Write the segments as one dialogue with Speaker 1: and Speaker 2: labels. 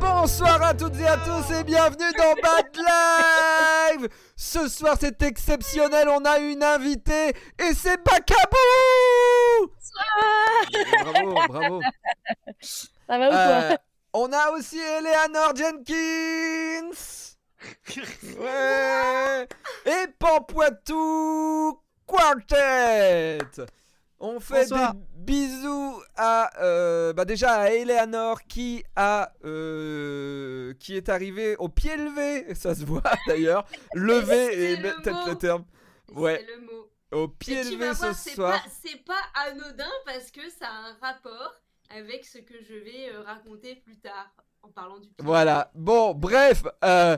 Speaker 1: Bonsoir à toutes et à tous et bienvenue dans Bad Live Ce soir c'est exceptionnel, on a une invitée et c'est Bakabou Bravo, bravo
Speaker 2: Ça va ou quoi
Speaker 1: Euh, On a aussi Eleanor Jenkins Ouais Et Pampoitou Quartet On fait
Speaker 3: Bonsoir.
Speaker 1: des bisous à euh, bah déjà à Eleanor qui a euh, qui est arrivée au pied levé, ça se voit d'ailleurs, levé et
Speaker 4: C'est le
Speaker 1: peut-être
Speaker 4: mot.
Speaker 1: le terme. Ouais,
Speaker 4: C'est le mot.
Speaker 1: au pied
Speaker 4: Et tu vas
Speaker 1: levé ce
Speaker 4: voir, c'est
Speaker 1: soir.
Speaker 4: pas, c'est pas anodin parce que ça a un rapport avec ce que je vais euh, raconter plus tard en parlant du pied.
Speaker 1: Voilà. Bon, bref, euh,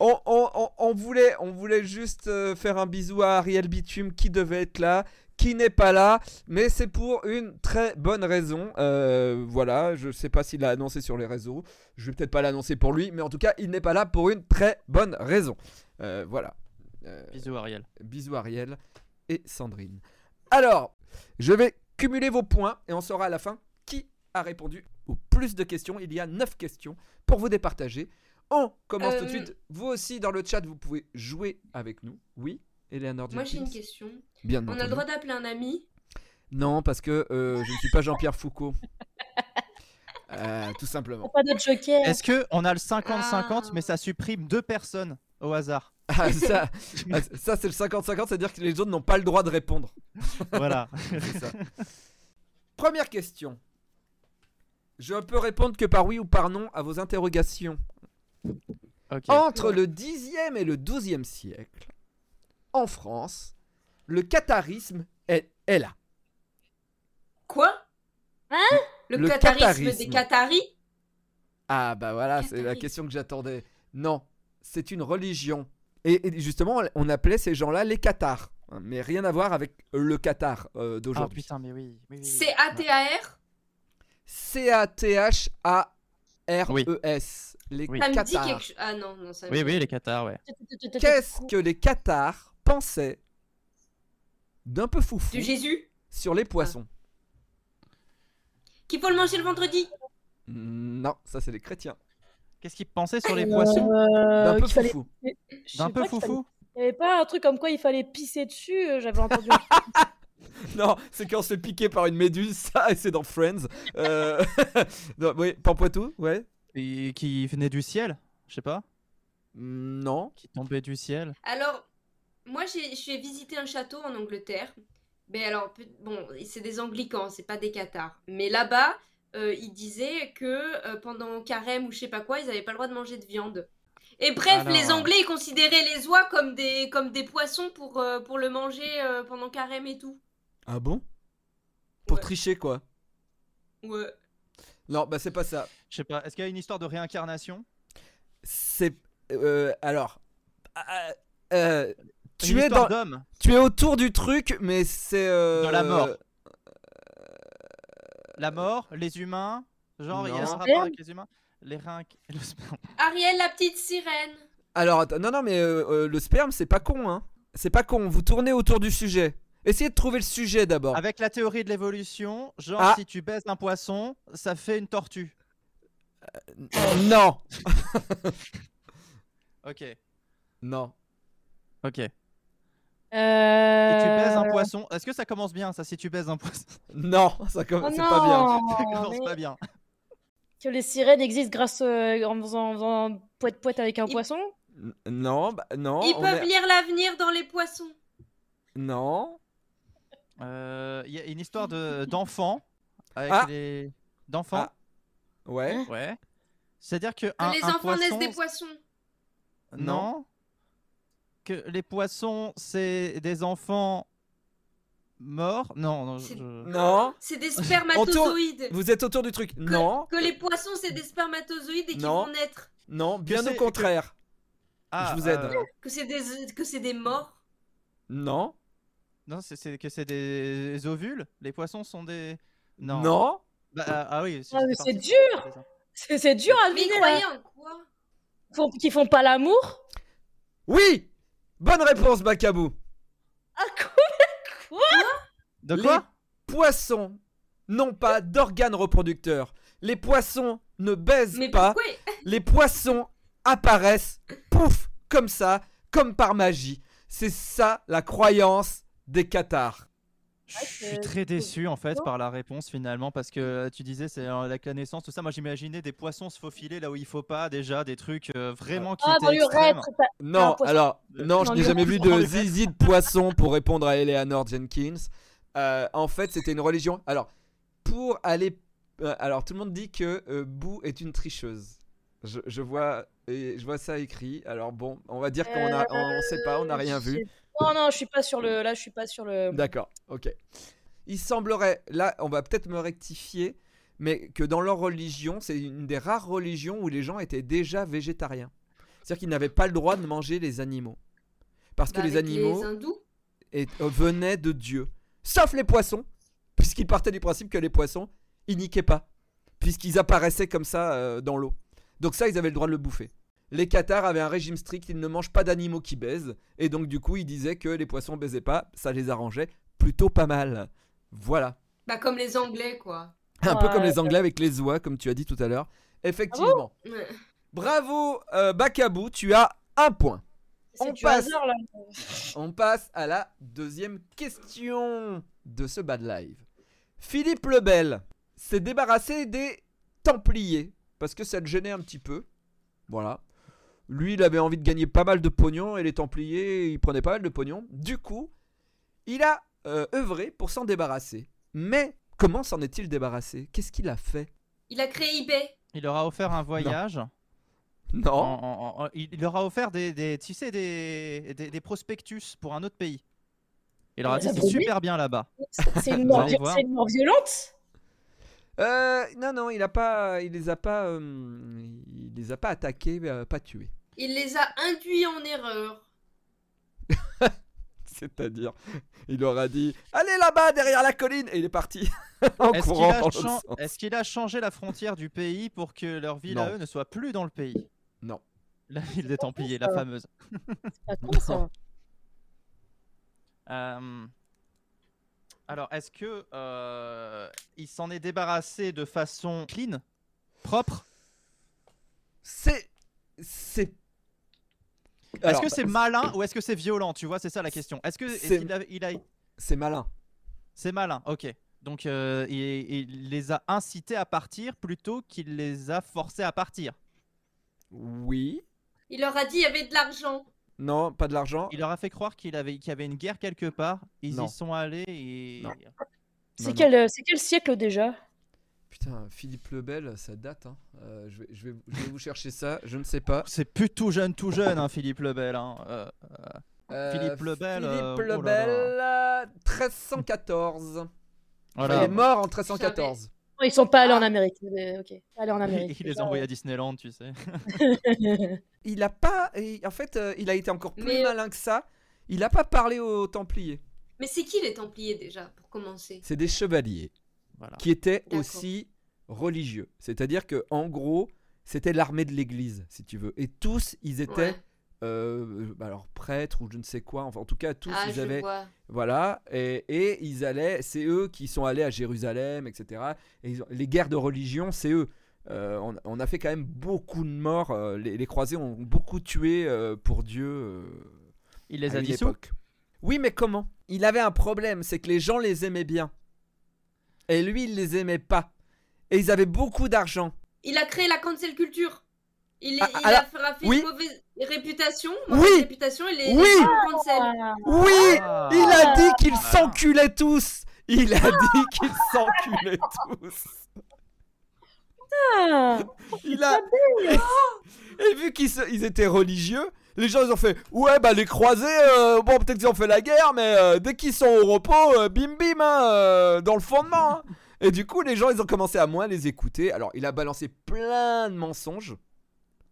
Speaker 1: on, on- on- on voulait, on voulait juste euh, faire un bisou à Ariel Bitume qui devait être là, qui n'est pas là, mais c'est pour une très bonne raison. Euh, voilà, je sais pas s'il l'a annoncé sur les réseaux, je vais peut-être pas l'annoncer pour lui, mais en tout cas, il n'est pas là pour une très bonne raison. Euh, voilà. Euh,
Speaker 3: Bisous Ariel.
Speaker 1: Bisous Ariel et Sandrine. Alors, je vais cumuler vos points et on saura à la fin qui a répondu au plus de questions. Il y a 9 questions pour vous départager. On commence tout de
Speaker 4: Euh,
Speaker 1: suite. Vous aussi, dans le chat, vous pouvez jouer avec nous. Oui, Eleanor
Speaker 4: Moi j'ai
Speaker 1: Jenkins
Speaker 4: une question.
Speaker 1: Bien
Speaker 4: On a
Speaker 1: entendu.
Speaker 4: le droit d'appeler un ami
Speaker 1: Non, parce que euh, je ne suis pas Jean-Pierre Foucault. Euh, tout simplement.
Speaker 2: Pas de joker.
Speaker 3: Est-ce que on a le 50-50
Speaker 4: Ah.
Speaker 3: mais ça supprime deux personnes au hasard
Speaker 1: Ah, ça, ah, ça, c'est le 50-50, c'est-à-dire que les autres n'ont pas le droit de répondre.
Speaker 3: Voilà.
Speaker 1: C'est ça. Première question. Je peux répondre que par oui ou par non à vos interrogations.
Speaker 3: Ok. Ah,
Speaker 1: Entre le 10e et le 12e siècle, en France, le catharisme est, est là.
Speaker 4: Quoi
Speaker 2: Hein
Speaker 4: Le,
Speaker 1: Le
Speaker 4: catharisme,
Speaker 1: catharisme.
Speaker 4: des Qataris
Speaker 1: Ah bah voilà, c'est la
Speaker 4: Catharisme.
Speaker 1: question que j'attendais. Non, c'est une religion. Et, et justement, on appelait ces gens-là les cathares. hein, Mais rien à voir avec le Qatar euh,
Speaker 3: Ah
Speaker 1: d'aujourd'hui.
Speaker 3: putain mais oui. oui, oui, oui.
Speaker 4: C'est ATAR
Speaker 1: C-A-T-H-A-R-E-S. E Les
Speaker 3: Oui.
Speaker 4: Ça me dit
Speaker 1: cathares.
Speaker 4: quelque chose. Ah non, non, ça me
Speaker 3: Oui oui les Qatars ouais.
Speaker 1: Qu'est-ce que les cathares pensaient d'un peu foufou
Speaker 4: Du Jésus
Speaker 1: sur les poissons
Speaker 4: Qu'il faut le manger le vendredi
Speaker 1: Non, ça c'est les chrétiens.
Speaker 3: Qu'est-ce qu'ils pensaient sur les poissons
Speaker 1: D'un
Speaker 2: euh,
Speaker 1: peu
Speaker 2: qu'il fallait...
Speaker 1: foufou.
Speaker 2: je sais
Speaker 3: D'un peu
Speaker 2: pas qu'il fallait-
Speaker 3: foufou
Speaker 2: Il n'y avait pas un truc comme quoi il fallait pisser dessus, euh, j'avais entendu. un-
Speaker 1: Non, c'est quand on se fait piquer par une méduse, ça, et c'est dans Friends. Euh... non, oui, Pampoitou, ouais.
Speaker 3: et qui venaient du ciel, je sais pas,
Speaker 1: Mm, Non.
Speaker 3: qui tombaient du ciel.
Speaker 4: Alors, moi, j'ai j'ai visité un château en Angleterre. Mais alors, peut- bon, c'est des Anglicans, c'est pas des Cathares. Mais là-bas, euh, ils disaient que euh, pendant carême ou je sais pas quoi, ils avaient pas le droit de manger de viande. Et bref,
Speaker 3: Alors.
Speaker 4: les Anglais, ils considéraient les oies comme des, comme des poissons pour, euh, pour le manger euh, pendant carême et tout.
Speaker 1: Ah bon Pour
Speaker 4: Ouais.
Speaker 1: tricher, quoi.
Speaker 4: Ouais.
Speaker 1: Non, bah c'est pas ça.
Speaker 3: Je sais pas, est-ce qu'il y a une histoire de réincarnation
Speaker 1: C'est. euh, alors. euh, euh,
Speaker 3: Une
Speaker 1: tu, es
Speaker 3: histoire
Speaker 1: dans,
Speaker 3: d'homme
Speaker 1: tu es autour du truc, mais c'est. euh,
Speaker 3: De la mort. La mort, les humains, genre il y a un
Speaker 1: Non.
Speaker 3: rapport avec les humains Les réinc... le sperme.
Speaker 4: Ariel, la petite sirène.
Speaker 1: Alors, attends, non, non, mais euh, euh, le sperme, c'est pas con, hein. C'est pas con, vous tournez autour du sujet. Essayez de trouver le sujet d'abord.
Speaker 3: Avec la théorie de l'évolution, genre
Speaker 1: Ah.
Speaker 3: si tu baisses un poisson, ça fait une tortue. Ah,
Speaker 1: Non
Speaker 3: Ok,
Speaker 1: Non.
Speaker 3: ok. Si
Speaker 2: Euh...
Speaker 3: tu baises un poisson, est-ce que ça commence bien ça si tu baises un poisson
Speaker 1: Non, ça
Speaker 2: Oh
Speaker 1: commence
Speaker 2: non,
Speaker 1: c'est pas bien.
Speaker 3: Ça commence
Speaker 2: mais
Speaker 3: pas bien.
Speaker 2: Que les sirènes existent grâce euh, en faisant, en faisant poète poète avec un
Speaker 4: Ils-
Speaker 2: poisson
Speaker 1: N- Non, bah,
Speaker 3: Oh,
Speaker 1: non,
Speaker 4: ils
Speaker 1: on
Speaker 4: peuvent
Speaker 1: est-
Speaker 4: lire l'avenir dans les poissons.
Speaker 1: non.
Speaker 3: Euh, il y a une histoire de d'enfant avec
Speaker 1: Ah.
Speaker 3: les d'enfants.
Speaker 1: Ouais.
Speaker 3: Ouais. C'est-à-dire que,
Speaker 4: Que
Speaker 3: un,
Speaker 4: les
Speaker 3: un
Speaker 4: enfants
Speaker 3: poisson,
Speaker 4: naissent des poissons.
Speaker 3: Non. Que les poissons, c'est des enfants morts. Non, non. je-
Speaker 4: C'est-
Speaker 3: je-
Speaker 1: Non.
Speaker 4: C'est des spermatozoïdes.
Speaker 1: Vous êtes autour du truc.
Speaker 4: Que,
Speaker 1: Non.
Speaker 4: que les poissons, c'est des spermatozoïdes et qui
Speaker 1: Non.
Speaker 4: vont naître.
Speaker 1: Non. Bien
Speaker 3: c'est-
Speaker 1: au
Speaker 3: que-
Speaker 1: contraire.
Speaker 3: Ah,
Speaker 1: Je vous aide.
Speaker 3: euh,
Speaker 4: Que c'est des, que c'est des morts.
Speaker 1: Non.
Speaker 3: Non, c'est- c'est que c'est des ovules. Les poissons sont des. Non.
Speaker 1: Non.
Speaker 3: Bah, ah, ah oui. si
Speaker 2: Ah, mais
Speaker 3: j'étais
Speaker 2: c'est
Speaker 3: parti.
Speaker 2: C'est c'est dur à
Speaker 1: Ah,
Speaker 4: Mais ils
Speaker 2: deviner là.
Speaker 4: croyaient en quoi
Speaker 2: Font- Qu'ils font pas l'amour
Speaker 1: Oui. Bonne réponse, Bakabou.
Speaker 2: Ah quoi
Speaker 3: De
Speaker 1: Les
Speaker 3: quoi
Speaker 1: poissons n'ont pas d'organes reproducteurs. Les poissons ne baisent
Speaker 4: Mais
Speaker 1: pas.
Speaker 4: pourquoi
Speaker 1: Les poissons apparaissent, pouf, comme ça, comme par magie. C'est ça la croyance des cathares.
Speaker 3: Je suis
Speaker 2: c'est-
Speaker 3: très déçu en fait
Speaker 2: Non.
Speaker 3: par la réponse finalement parce que euh, tu disais c'est euh, avec la naissance tout ça. Moi j'imaginais des poissons se faufiler là où il faut pas déjà des trucs euh, vraiment qui
Speaker 2: Ah
Speaker 3: étaient
Speaker 2: dans l'urètre.
Speaker 3: extrêmes.
Speaker 2: t'as- Un
Speaker 1: Non,
Speaker 2: poisson.
Speaker 1: alors, non, je
Speaker 2: Non,
Speaker 1: n'ai
Speaker 2: le
Speaker 1: jamais
Speaker 3: reste.
Speaker 1: vu
Speaker 3: Non,
Speaker 1: de
Speaker 3: le reste.
Speaker 1: zizi de poisson pour répondre à Eleanor Jenkins. Euh, en fait, c'était une religion. Alors, pour aller. euh, alors, tout le monde dit que euh, Boo est une tricheuse. Je, je vois, et je vois ça écrit. Alors, bon, on va dire qu'on a, on, sait pas, on n'a
Speaker 2: Euh,
Speaker 1: rien vu.
Speaker 2: Non non, je suis pas sur le. Là, je suis pas sur
Speaker 4: Euh,
Speaker 2: le.
Speaker 1: D'accord, ok. Il semblerait, là, on va peut-être me rectifier, mais que dans leur religion, c'est une des rares religions où les gens étaient déjà végétariens. C'est-à-dire qu'ils n'avaient pas le droit de manger les animaux. Parce
Speaker 4: Bah,
Speaker 1: que les
Speaker 4: avec
Speaker 1: animaux
Speaker 4: Les hindous.
Speaker 1: est- euh, venaient de Dieu. Sauf les poissons, puisqu'ils partaient du principe que les poissons, ils niquaient pas. Puisqu'ils apparaissaient comme ça euh, dans l'eau. Donc ça, ils avaient le droit de le bouffer. Les cathares avaient un régime strict, ils ne mangent pas d'animaux qui baisent. Et donc du coup, ils disaient que les poissons baisaient pas, ça les arrangeait plutôt pas mal. Voilà.
Speaker 4: Bah, comme les Anglais, quoi.
Speaker 1: Un peu
Speaker 2: Ouais.
Speaker 1: comme les Anglais avec les oies, comme tu as dit tout à l'heure. Effectivement.
Speaker 4: Ouais.
Speaker 1: Bravo, euh, Bakabou, tu as un point. On
Speaker 2: C'est du
Speaker 1: passe.
Speaker 2: hasard là.
Speaker 1: On passe à la deuxième question de ce bad live. Philippe le Bel s'est débarrassé des Templiers parce que ça le gênait un petit peu. Voilà. Lui, il avait envie de gagner pas mal de pognon et les Templiers, ils prenaient pas mal de pognon. Du coup, il a euh, œuvré pour s'en débarrasser. Mais comment s'en est-il débarrassé Qu'est-ce qu'il a fait
Speaker 4: Il a créé eBay.
Speaker 3: Il leur a offert un voyage. en-
Speaker 1: Non.
Speaker 3: en- en- il il leur a offert des, des- tu sais des, des, des prospectus pour un autre pays. Il leur a dit
Speaker 2: Ça
Speaker 3: c'est
Speaker 2: promet.
Speaker 3: super bien là-bas.
Speaker 2: C'est- C'est une
Speaker 3: Vous
Speaker 2: mort,
Speaker 3: allez
Speaker 2: vi-
Speaker 3: voir.
Speaker 2: c'est une mort violente.
Speaker 1: Euh, non, non, il a pas, il les a pas, euh, il les a pas attaqués, euh, pas tués.
Speaker 4: Il les a induits en erreur.
Speaker 1: C'est-à-dire, il leur a dit Allez là-bas derrière la colline Et il est parti en
Speaker 3: Est-ce qu'il
Speaker 1: courant
Speaker 3: a,
Speaker 1: dans l'autre
Speaker 3: chan-
Speaker 1: sens.
Speaker 3: est-ce qu'il a changé la frontière du pays pour que leur ville à
Speaker 1: Non.
Speaker 3: eux ne soit plus dans le pays
Speaker 1: Non.
Speaker 3: La ville des Templiers, la
Speaker 2: ça.
Speaker 3: fameuse.
Speaker 2: C'est pas con, ça.
Speaker 3: Euh, Alors, est-ce que euh, il s'en est débarrassé de façon clean, propre
Speaker 1: C'est. C'est.
Speaker 3: Est-ce
Speaker 1: Alors, bah,
Speaker 3: que c'est malin ou est-ce que c'est violent Tu vois, c'est ça la question. Est-ce que est-ce
Speaker 1: C'est-
Speaker 3: qu'il a- il a-
Speaker 1: C'est malin.
Speaker 3: c'est malin Ok. Donc, euh, il, il les a incités à partir plutôt qu'il les a forcés à partir.
Speaker 1: Oui.
Speaker 4: Il leur a dit il y avait de l'argent.
Speaker 1: Non, pas de l'argent.
Speaker 3: Il leur a fait croire qu'il avait qu'il y avait une guerre quelque part. Ils
Speaker 1: Non.
Speaker 3: y sont allés et
Speaker 1: Non.
Speaker 2: C'est
Speaker 1: non.
Speaker 2: quel, euh, c'est quel siècle déjà
Speaker 1: Putain, Philippe Lebel, ça date. Hein. Euh, je, vais, je, vais, je vais vous chercher ça, je ne sais pas.
Speaker 3: c'est plus tout jeune, tout jeune, hein, Philippe Lebel. hein. Euh,
Speaker 1: Euh,
Speaker 3: Philippe Lebel,
Speaker 1: Philippe
Speaker 3: euh, oh là
Speaker 1: Lebel, euh, 1314.
Speaker 3: voilà.
Speaker 1: Il est mort en 1314.
Speaker 2: Non, Ils sont pas allés en Amérique. Euh, Ok, allés en Amérique.
Speaker 3: Ah. Il les a envoyés à Disneyland, tu sais.
Speaker 1: Il a pas. et En fait, euh, il a été encore plus
Speaker 4: Mais-
Speaker 1: malin que ça. Il a pas parlé aux Templiers.
Speaker 4: Mais c'est qui les Templiers déjà, pour commencer
Speaker 1: C'est des chevaliers.
Speaker 3: Voilà.
Speaker 1: qui était
Speaker 4: D'accord.
Speaker 1: aussi religieux. C'est-à-dire que en gros, c'était l'armée de l'Église, si tu veux. Et tous, ils étaient,
Speaker 4: Ouais.
Speaker 1: euh, bah alors prêtres ou je ne sais quoi. Enfin, en tout cas, tous,
Speaker 4: Ah,
Speaker 1: ils
Speaker 4: je
Speaker 1: avaient,
Speaker 4: vois.
Speaker 1: voilà, et, et ils allaient. C'est eux qui sont allés à Jérusalem, etc. Et ils ont- les guerres de religion, c'est eux. Euh, on, on a fait quand même beaucoup de morts. euh, les, les croisés ont beaucoup tué euh, pour Dieu. euh,
Speaker 3: Il les
Speaker 1: à
Speaker 3: a
Speaker 1: une
Speaker 3: dissous.
Speaker 1: époque. Oui, mais comment Il avait un problème, c'est que les gens les aimaient bien. Et lui, il les aimait pas. Et ils avaient beaucoup d'argent.
Speaker 4: Il a créé la cancel culture. Il,
Speaker 1: Ah,
Speaker 4: est- il
Speaker 1: alors,
Speaker 4: a fera fait
Speaker 1: oui.
Speaker 4: une mauvaise réputation.
Speaker 1: Oui.
Speaker 4: mauvaise réputation, il est
Speaker 1: Oui.
Speaker 4: il est en cancel.
Speaker 2: Voilà.
Speaker 1: Oui
Speaker 3: Ah.
Speaker 1: Il a dit qu'ils s'enculaient tous Il a dit qu'ils s'enculaient tous
Speaker 2: Ah,
Speaker 1: Il a... Et vu qu'ils se- ils étaient religieux, les gens ils ont fait Ouais, bah les croisés, euh, bon, peut-être qu'ils ont fait la guerre, mais euh, dès qu'ils sont au repos, euh, bim bim, hein, euh, dans le fondement. hein. Et du coup, les gens ils ont commencé à moins les écouter. Alors, il a balancé plein de mensonges,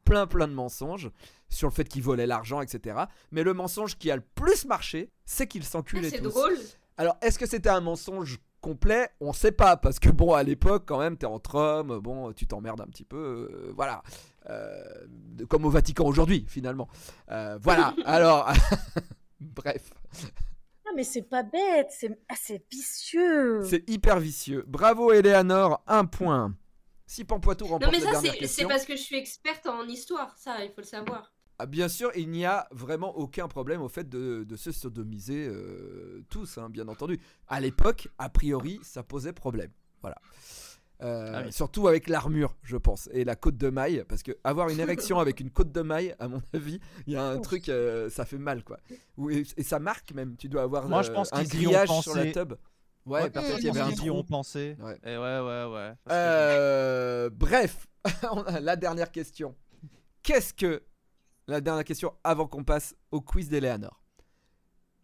Speaker 1: plein plein de mensonges sur le fait qu'ils volaient l'argent, etc. Mais le mensonge qui a le plus marché, c'est qu'ils
Speaker 4: Ah,
Speaker 1: s'enculaient
Speaker 4: C'est
Speaker 1: tous.
Speaker 4: drôle.
Speaker 1: Alors, est-ce que c'était un mensonge complet On sait pas, parce que bon, à l'époque, quand même, t'es entre hommes, bon, tu t'emmerdes un petit peu, euh, voilà. Euh, de- comme au Vatican aujourd'hui, finalement. Euh, voilà, alors, bref,
Speaker 2: Non, Ah, mais c'est pas bête, c'est ah, c'est vicieux.
Speaker 1: c'est hyper vicieux. Bravo, Eleanor, un point. Si Pampoitou remporte
Speaker 4: Non, mais
Speaker 1: la
Speaker 4: ça,
Speaker 1: dernière
Speaker 4: c'est- c'est
Speaker 1: question,
Speaker 4: parce que je suis experte en histoire, ça, il faut le savoir.
Speaker 1: ah, bien sûr, il n'y a vraiment aucun problème au fait de, de se sodomiser euh, tous, hein, bien entendu. À l'époque, a priori, ça posait problème. Voilà. Euh,
Speaker 3: Ah oui.
Speaker 1: Surtout avec l'armure, je pense, et la côte de maille, parce que avoir une érection avec une côte de maille, à mon avis, il y a un truc, euh, ça fait mal, quoi. Ou- Et, et ça marque même. Tu dois avoir
Speaker 3: Moi, je
Speaker 1: euh,
Speaker 3: pense
Speaker 1: un
Speaker 3: qu'ils y ont
Speaker 1: grillage
Speaker 3: pensé.
Speaker 1: sur la tub. Ouais, peut-être qu'il y
Speaker 3: qu'ils
Speaker 1: avait un
Speaker 3: y
Speaker 1: trou.
Speaker 3: ont pensé.
Speaker 1: Ouais.
Speaker 3: Et ouais, ouais, ouais. Parce que-
Speaker 1: Euh, bref, on a la dernière question. Qu'est-ce que. La dernière question avant qu'on passe au quiz d'Eleanor.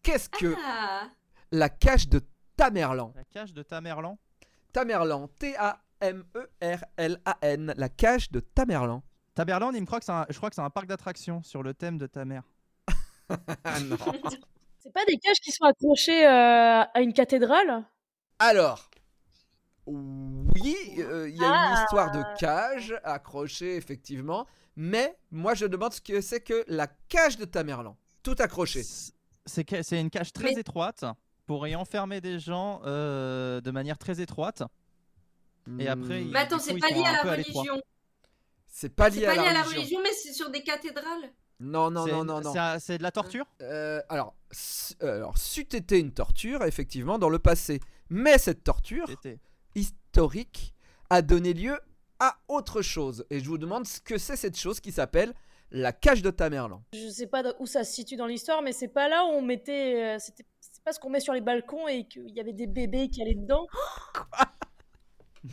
Speaker 1: Qu'est-ce que
Speaker 4: Ah,
Speaker 1: la cache de Tamerlan
Speaker 3: La cage de Tamerlan
Speaker 1: Tamerlan, E T-A-M-E-R-L-A-N, la cache de Tamerlan.
Speaker 3: Tamerlan, il me croit que c'est un- je crois que c'est un parc d'attractions sur le thème de ta mère.
Speaker 1: Ah non.
Speaker 2: C'est pas des cages qui sont accrochées euh, à une cathédrale
Speaker 1: Alors, oui, euh, il y a une histoire de cage accrochée, effectivement. Mais moi, je demande ce que c'est que la cage de Tamerlan. Tout accroché.
Speaker 3: C'est- C'est que- c'est une cage très
Speaker 4: Mais-
Speaker 3: étroite pour y enfermer des gens euh, de manière très étroite. Et après,
Speaker 1: Hmm.
Speaker 3: il-
Speaker 4: mais attends,
Speaker 3: du coup,
Speaker 4: c'est
Speaker 3: ils
Speaker 4: pas
Speaker 3: sont
Speaker 4: lié
Speaker 3: un
Speaker 4: à
Speaker 3: peu
Speaker 4: la
Speaker 3: à l'étroit.
Speaker 4: religion.
Speaker 1: C'est pas lié
Speaker 4: C'est pas
Speaker 1: à, la, religion.
Speaker 4: religion, mais c'est sur des cathédrales.
Speaker 1: Non, non,
Speaker 3: C'est-
Speaker 1: non, non, non.
Speaker 3: c'est un- C'est de la torture
Speaker 1: Euh, alors, s- euh, alors, c'eût été une torture, effectivement, dans le passé. Mais cette torture
Speaker 3: C'était-
Speaker 1: historique a donné lieu à autre chose. Et je vous demande ce que c'est cette chose qui s'appelle la cage de Tamerlan.
Speaker 2: Je sais pas où ça se situe dans l'histoire, mais c'est pas là où on mettait. euh, C'était c'est pas ce qu'on met sur les balcons et qu'il y avait des bébés qui allaient dedans.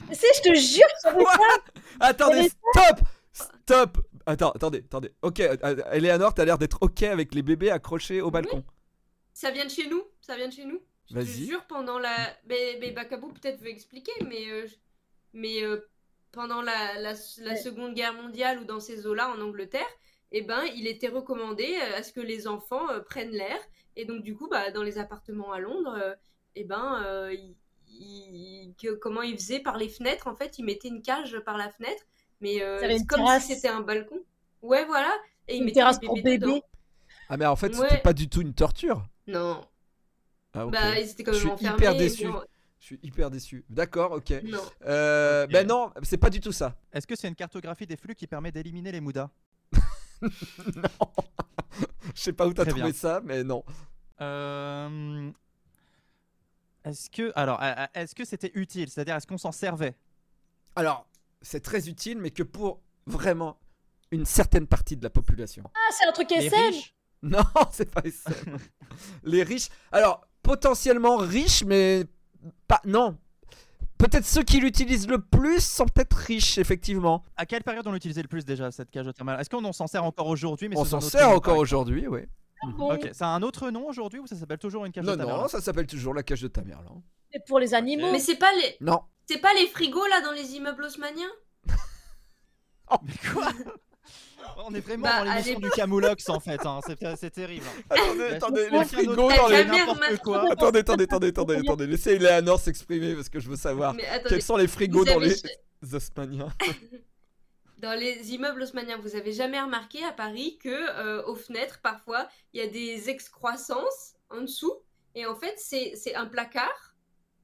Speaker 2: Mais si, je te jure, ça fait
Speaker 1: Quoi Attendez,
Speaker 2: Mais
Speaker 1: stop Stop Attends, attendez, attendez. Ok, euh, euh, Eleanor, t'as l'air d'être ok avec les bébés accrochés au balcon.
Speaker 4: Ça vient de chez nous, ça vient de chez nous. Je te
Speaker 1: Vas-y.
Speaker 4: jure, pendant la. Mais, mais Bakabou peut-être veut expliquer, mais. euh, je- mais euh, pendant la, la, la
Speaker 2: Ouais.
Speaker 4: Seconde Guerre mondiale ou dans ces eaux-là en Angleterre, eh ben, il était recommandé euh, à ce que les enfants euh, prennent l'air. Et donc, du coup, bah, dans les appartements à Londres, euh, eh ben, euh, ils- ils- que- comment ils faisaient par les fenêtres En fait, ils mettaient une cage par la fenêtre, mais euh,
Speaker 2: Ça avait une
Speaker 4: comme
Speaker 2: terrasse.
Speaker 4: si c'était un balcon. Ouais, voilà. Et ils
Speaker 2: Une
Speaker 4: mettaient
Speaker 2: terrasse
Speaker 4: les
Speaker 2: pour
Speaker 4: bébés
Speaker 2: bébés.
Speaker 4: dedans.
Speaker 1: Ah, mais en fait,
Speaker 4: Ouais.
Speaker 1: c'était pas du tout une torture.
Speaker 4: Non.
Speaker 1: Ah, ok.
Speaker 4: Bah, ils étaient quand
Speaker 1: Je
Speaker 4: même
Speaker 1: suis hyper
Speaker 4: enfermés.
Speaker 1: déçu.
Speaker 4: bon,
Speaker 1: Je suis hyper déçu. D'accord, ok.
Speaker 4: non.
Speaker 1: Euh,
Speaker 3: Ok.
Speaker 1: Ben non, c'est pas du tout ça.
Speaker 3: Est-ce que c'est une cartographie des flux qui permet d'éliminer les moudas
Speaker 1: non. Je sais pas où t'as
Speaker 3: Très
Speaker 1: trouvé
Speaker 3: bien.
Speaker 1: ça, mais non.
Speaker 3: Euh, Est-ce que alors euh, euh, est-ce que c'était utile C'est-à-dire est-ce qu'on s'en servait
Speaker 1: Alors, c'est très utile, mais que pour vraiment une certaine partie de la population.
Speaker 2: Ah, c'est un truc
Speaker 3: Les
Speaker 2: SM
Speaker 3: riches
Speaker 1: Non, c'est pas SM. Les riches. Alors, potentiellement riches, mais pas. Non. Peut-être ceux qui l'utilisent le plus sont peut-être riches, effectivement.
Speaker 3: À quelle période on l'utilisait le plus déjà cette cage de thermal Est-ce qu'on en s'en sert encore aujourd'hui mais
Speaker 1: On
Speaker 3: sous
Speaker 1: s'en
Speaker 3: un autre
Speaker 1: sert
Speaker 3: nom,
Speaker 1: encore
Speaker 3: par
Speaker 1: aujourd'hui, oui.
Speaker 2: Bon,
Speaker 3: exemple Ok, ça a un autre nom aujourd'hui ou ça s'appelle toujours une cage
Speaker 1: Non,
Speaker 3: de thermal
Speaker 1: non, ça s'appelle toujours la cage de ta mère, là.
Speaker 2: c'est pour les animaux.
Speaker 4: Mais c'est pas les
Speaker 1: Non.
Speaker 4: c'est pas les frigos là dans les immeubles haussmanniens
Speaker 3: Mais quoi On est vraiment
Speaker 4: Bah,
Speaker 3: dans l'émission
Speaker 4: allez.
Speaker 3: du Camoulox en fait, hein. c'est Bah, c'est terrible.
Speaker 1: attendez, Ah, attendez, les
Speaker 3: Aucun
Speaker 1: frigos
Speaker 3: autre-
Speaker 1: dans les.
Speaker 4: Jamais remarqué.
Speaker 3: n'importe quoi.
Speaker 1: Attendez, attendez, attendez, attendez, attendez. Laissez Eleanor s'exprimer parce que je veux savoir.
Speaker 4: Mais attendez,
Speaker 1: Quels sont les frigos
Speaker 4: vous
Speaker 1: dans
Speaker 4: avez
Speaker 1: les
Speaker 4: ch-
Speaker 1: Osmaniens
Speaker 4: dans les immeubles haussmanniens, vous avez jamais remarqué à Paris que euh, aux fenêtres parfois il y a des excroissances en dessous et en fait c'est c'est un placard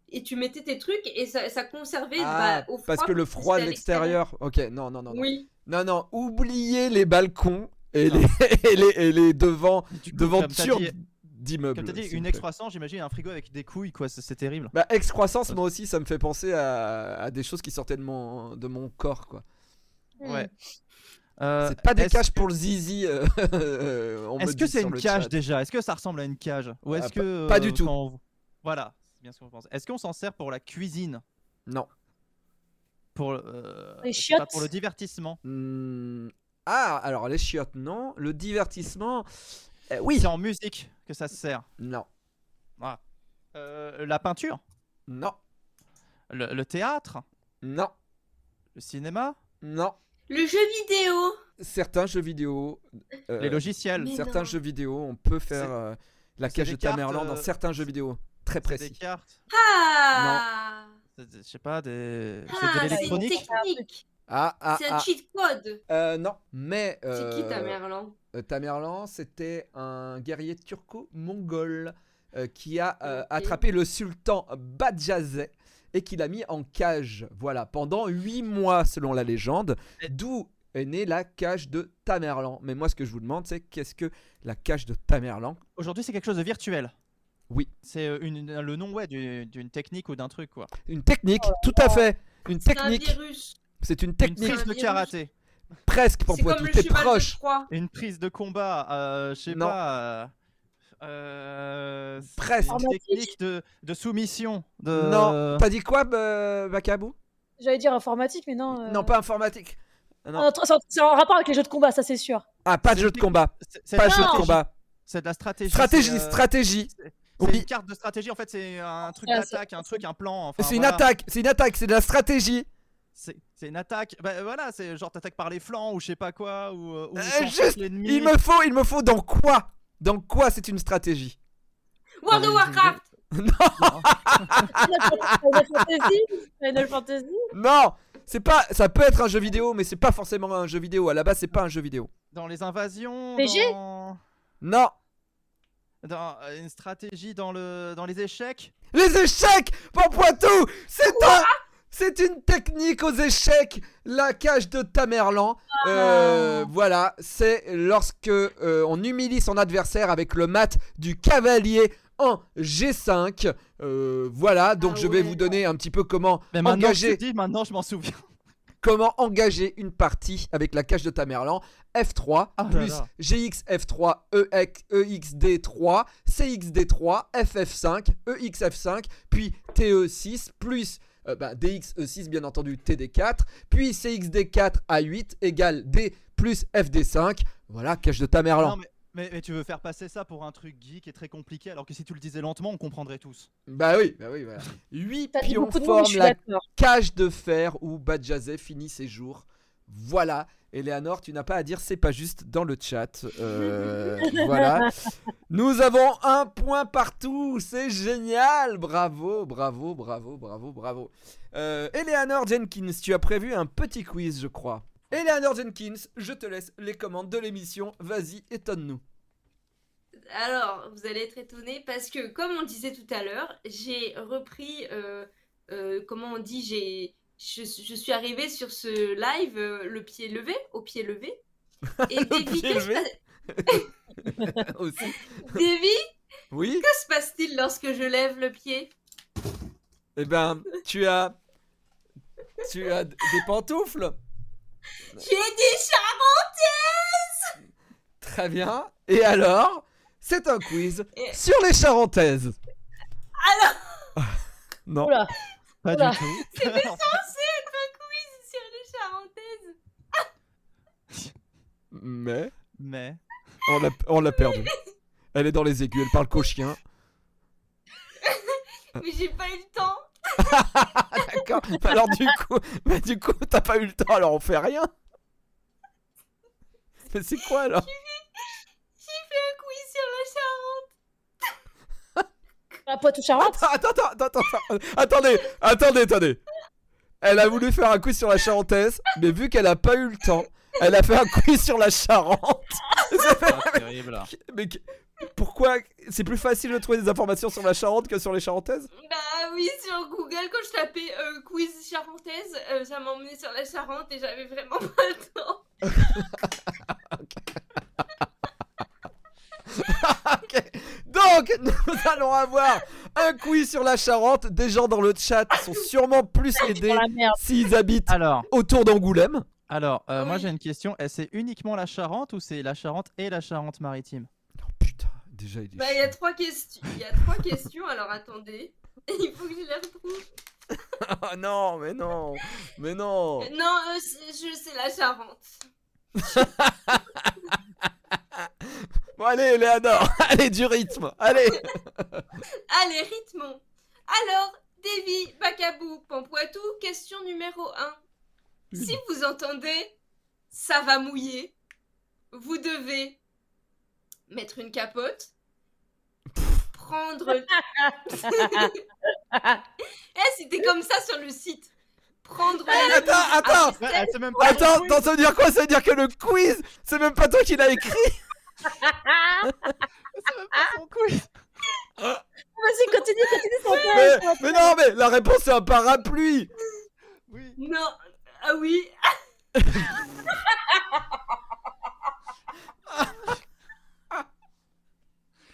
Speaker 4: et tu mettais tes trucs et ça, ça conservait bah, au froid
Speaker 1: Ah, parce que le froid de
Speaker 4: c'était à
Speaker 1: l'extérieur. Ok, non, non, non, non.
Speaker 4: Oui.
Speaker 1: Non, non, oubliez les balcons et
Speaker 3: Non.
Speaker 1: les, et les, et les devants,
Speaker 3: Du coup,
Speaker 1: devantures
Speaker 3: comme t'as dit-
Speaker 1: d'immeubles.
Speaker 3: Comme t'as dit,
Speaker 1: s'il
Speaker 3: une
Speaker 1: vous plaît.
Speaker 3: excroissance, j'imagine un frigo avec des couilles, quoi, c'est c'est terrible.
Speaker 1: Bah, excroissance, moi aussi, ça me fait
Speaker 4: Mm.
Speaker 1: penser à, à des choses qui sortaient de mon, de mon corps, quoi.
Speaker 2: Hmm.
Speaker 3: Ouais. Euh,
Speaker 1: C'est pas des
Speaker 3: est-ce
Speaker 1: cages
Speaker 3: que-
Speaker 1: pour le zizi. euh, on me
Speaker 3: Est-ce que
Speaker 1: dit
Speaker 3: c'est
Speaker 1: sur
Speaker 3: une
Speaker 1: le
Speaker 3: cage
Speaker 1: chat.
Speaker 3: déjà Est-ce que ça ressemble à une cage Ou est-ce
Speaker 1: Ah,
Speaker 3: que euh,
Speaker 1: pas du tout.
Speaker 3: quand on- Voilà, c'est bien ce qu'on pense. Est-ce qu'on s'en sert pour la cuisine
Speaker 1: Non.
Speaker 3: Pour euh,
Speaker 2: Les
Speaker 3: je sais pas,
Speaker 2: chiottes
Speaker 3: Pour le divertissement
Speaker 1: Hmm, Ah, alors les chiottes, non. Le divertissement, euh, oui.
Speaker 3: C'est en musique que ça se sert.
Speaker 1: Non.
Speaker 3: Voilà. Euh, la peinture,
Speaker 1: Non.
Speaker 3: le, le théâtre,
Speaker 1: Non.
Speaker 3: le cinéma,
Speaker 1: Non.
Speaker 4: Le jeu vidéo
Speaker 1: Certains jeux vidéo. euh,
Speaker 3: les logiciels.
Speaker 4: Mais
Speaker 1: certains
Speaker 4: non.
Speaker 1: jeux vidéo, on peut faire
Speaker 3: C'est-
Speaker 1: euh, la
Speaker 3: c'est
Speaker 1: cage
Speaker 3: des
Speaker 1: de Tamerlan
Speaker 3: cartes,
Speaker 1: dans
Speaker 3: euh,
Speaker 1: certains jeux vidéo. Très
Speaker 3: C'est des
Speaker 1: précis.
Speaker 3: cartes,
Speaker 4: Ah
Speaker 3: c'est des- je sais pas, des...
Speaker 4: Ah,
Speaker 3: c'est de
Speaker 4: c'est une
Speaker 3: l'électronique.
Speaker 4: technique
Speaker 1: Ah, ah,
Speaker 4: C'est un
Speaker 1: ah.
Speaker 4: cheat code
Speaker 1: Euh, non. Mais.
Speaker 4: C'est qui ta
Speaker 1: euh,
Speaker 4: Merlan
Speaker 1: Euh, Tamerlan, c'était un guerrier turco-mongol euh, qui a euh,
Speaker 4: Ok.
Speaker 1: attrapé le sultan Bajazet et qui l'a mis en cage, voilà, pendant 8 mois selon la légende,
Speaker 3: Et-
Speaker 1: d'où est née la cage de Tamerlan. Mais moi ce que je vous demande c'est qu'est-ce que la cage de Tamerlan
Speaker 3: Aujourd'hui, c'est quelque chose de virtuel.
Speaker 1: Oui.
Speaker 3: C'est euh, une- une- le nom ouais, du- d'une technique ou d'un truc quoi.
Speaker 1: Une technique, tout à fait, une
Speaker 4: Oh C'est un
Speaker 1: technique,
Speaker 4: virus
Speaker 1: c'est une
Speaker 3: Une
Speaker 1: technique
Speaker 3: prise de
Speaker 4: virus.
Speaker 3: karaté.
Speaker 1: presque pour
Speaker 4: C'est comme le
Speaker 1: t'es
Speaker 4: cheval
Speaker 1: proche.
Speaker 4: de Troie
Speaker 3: Une prise de combat, euh, je sais
Speaker 1: Non.
Speaker 3: pas. euh, euh, c'est
Speaker 1: Presque.
Speaker 3: Une
Speaker 2: Informatique.
Speaker 3: technique de, de soumission. De...
Speaker 1: Non, t'as dit quoi euh, Bakabou
Speaker 2: J'allais dire informatique, mais non. euh,
Speaker 1: Non, pas informatique. non.
Speaker 2: un autre- c'est en- C'est en rapport avec les jeux de combat, ça c'est sûr.
Speaker 1: Ah, pas de
Speaker 3: C'est
Speaker 1: jeu
Speaker 3: une
Speaker 1: de combat,
Speaker 3: c'est- c'est de
Speaker 1: pas
Speaker 3: la
Speaker 1: de jeu de
Speaker 3: stratégie,
Speaker 1: combat.
Speaker 3: C'est de la stratégie.
Speaker 1: Stratégie,
Speaker 3: c'est, euh,
Speaker 1: stratégie.
Speaker 3: c'est
Speaker 1: Oui.
Speaker 3: une carte de stratégie. En fait, c'est un truc
Speaker 2: Ouais,
Speaker 3: d'attaque, un truc, un plan. enfin,
Speaker 1: c'est une
Speaker 3: voilà.
Speaker 1: attaque, c'est une attaque, c'est de la stratégie.
Speaker 3: C'est c'est une attaque. Bah, voilà, c'est genre t'attaques par les flancs ou je sais pas quoi ou. euh, ou
Speaker 1: Euh,
Speaker 3: sans
Speaker 1: juste,
Speaker 3: l'ennemi.
Speaker 1: Il me faut, il me faut dans quoi Dans quoi c'est une stratégie
Speaker 4: World of
Speaker 3: Ouais,
Speaker 4: Warcraft
Speaker 3: Ah,
Speaker 2: Final Fantasy, Final Fantasy.
Speaker 1: Non, c'est pas, ça peut être un jeu vidéo, mais c'est pas forcément un jeu vidéo. À la base, c'est pas un jeu vidéo.
Speaker 3: Dans les invasions.
Speaker 2: PG?
Speaker 3: Dans...
Speaker 1: Non,
Speaker 3: dans, euh, une stratégie dans le dans les échecs.
Speaker 1: les échecs, Pampoitou, c'est un, c'est une technique aux échecs. La cage de Tamerlan,
Speaker 4: Ah.
Speaker 1: euh, voilà, c'est lorsque euh, on humilie son adversaire avec le mat du cavalier. En G5, Euh, voilà, donc
Speaker 4: Ah
Speaker 1: je vais
Speaker 4: ouais.
Speaker 1: vous donner un petit peu comment
Speaker 3: Mais maintenant,
Speaker 1: Engagé.
Speaker 3: je te dis, maintenant je m'en souviens.
Speaker 1: Comment engager une partie avec la cache de Tamerlan F3
Speaker 3: Ah là
Speaker 1: plus
Speaker 3: là.
Speaker 1: GXF3 EX, EXD3 CXD3 FF5 EXF5 puis TE6 plus euh, bah, DXE6 bien entendu TD4 puis CXD4 A8 égale D plus FD5 voilà cache de Tamerlan.
Speaker 3: Non, mais, mais- mais tu veux faire passer ça pour un truc geek et très compliqué, alors que si tu le disais lentement, on comprendrait tous.
Speaker 1: Bah oui, bah oui voilà. 8
Speaker 2: T'as dit
Speaker 1: pions
Speaker 2: beaucoup de monde, je
Speaker 1: forment
Speaker 2: suis
Speaker 1: la
Speaker 2: d'accord.
Speaker 1: cage de fer où Badjazet finit ses jours. Voilà. Eleanor, tu n'as pas à dire, c'est pas juste dans le chat. Euh, voilà. Nous avons un point partout. C'est génial. Bravo, bravo, bravo, bravo, bravo. Euh, Eleanor Jenkins, tu as prévu un petit quiz, je crois. Eleanor Jenkins, je te laisse les commandes de l'émission. Vas-y, étonne-nous.
Speaker 4: Alors, vous allez être étonnés parce que, comme on le disait tout à l'heure, j'ai repris, euh, euh, comment on dit, j'ai, je, je suis arrivée sur ce live euh, le pied levé, au pied levé. Et Davy,
Speaker 1: pied
Speaker 4: que se
Speaker 1: levé.
Speaker 4: passe-
Speaker 1: Aussi.
Speaker 4: Davy,
Speaker 1: Oui.
Speaker 4: que se passe-t-il lorsque je lève le pied
Speaker 1: Eh ben, tu as, tu as des pantoufles.
Speaker 4: J'ai dit chat
Speaker 1: Très bien. Et alors C'est un quiz
Speaker 4: Et-
Speaker 1: sur les Charentaises. Ah,
Speaker 4: Alors
Speaker 1: Non.
Speaker 2: Oula.
Speaker 3: Pas
Speaker 2: Oula.
Speaker 3: du tout.
Speaker 4: censé être un quiz sur les Charentaises.
Speaker 1: Mais
Speaker 3: Mais.
Speaker 1: on l'a- on l'a perdue. Elle est dans les aigus, elle parle qu'au chien.
Speaker 4: Mais j'ai pas eu le temps.
Speaker 1: D'accord. Bah Alors du coup, bah du coup, t'as pas eu le temps, alors on fait rien. Mais c'est quoi alors
Speaker 4: J'ai fait un quiz sur la Charente.
Speaker 2: La Poitou-Charente
Speaker 1: attends, attends, attends, attends, attends. attendez, attendez, attendez. Elle a voulu faire un quiz sur la Charentaise, mais vu qu'elle a pas eu le temps, elle a fait un quiz sur la Charente.
Speaker 3: pas terrible. là.
Speaker 1: Mais que- pourquoi C'est plus facile de trouver des informations sur la Charente que sur les Charentaises
Speaker 4: Bah oui, sur Google, quand je tapais euh, quiz charentaise, euh, ça m'emmenait sur la Charente et j'avais vraiment pas le temps.
Speaker 1: Ok. Donc, nous allons avoir un quiz sur la Charente. Des gens dans le chat sont sûrement plus
Speaker 2: Dans
Speaker 1: aidés
Speaker 2: la merde.
Speaker 1: s'ils habitent
Speaker 3: Alors,
Speaker 1: autour d'Angoulême.
Speaker 3: Alors, euh,
Speaker 4: Ah
Speaker 3: moi
Speaker 4: oui.
Speaker 3: j'ai une question. Eh, C'est uniquement la Charente ou c'est la Charente et la Charente-Maritime
Speaker 1: Oh, putain, déjà il est.
Speaker 4: Bah, il y a
Speaker 1: chaud.
Speaker 4: trois questions. Il y a trois questions, alors attendez. Il faut que je les retrouve.
Speaker 1: Ah non, mais non, mais non.
Speaker 4: Non, euh, c'est- je c'est la Charente.
Speaker 1: Bon, allez, Léonore, allez, du rythme, allez.
Speaker 4: Allez, rythmons. Alors, Davy, Bacabou, Pampoitou, question numéro 1. Si vous entendez ça va mouiller, vous devez mettre une capote, prendre. Eh, c'était comme ça sur le site. Prendre. la
Speaker 1: Eh, Attends,
Speaker 4: douche
Speaker 1: attends.
Speaker 4: après
Speaker 3: Ouais,
Speaker 4: sel.
Speaker 3: elle sait même pas.
Speaker 1: Attends, attends, ça veut dire quoi Ça veut dire que le quiz, c'est même pas toi qui l'as écrit.
Speaker 2: Ah,
Speaker 3: elle sait même pas son quiz.
Speaker 2: Vas-y, continue, continue, sans peur.
Speaker 1: Mais, mais non, mais la réponse c'est un parapluie.
Speaker 3: Oui.
Speaker 4: Non. Ah oui.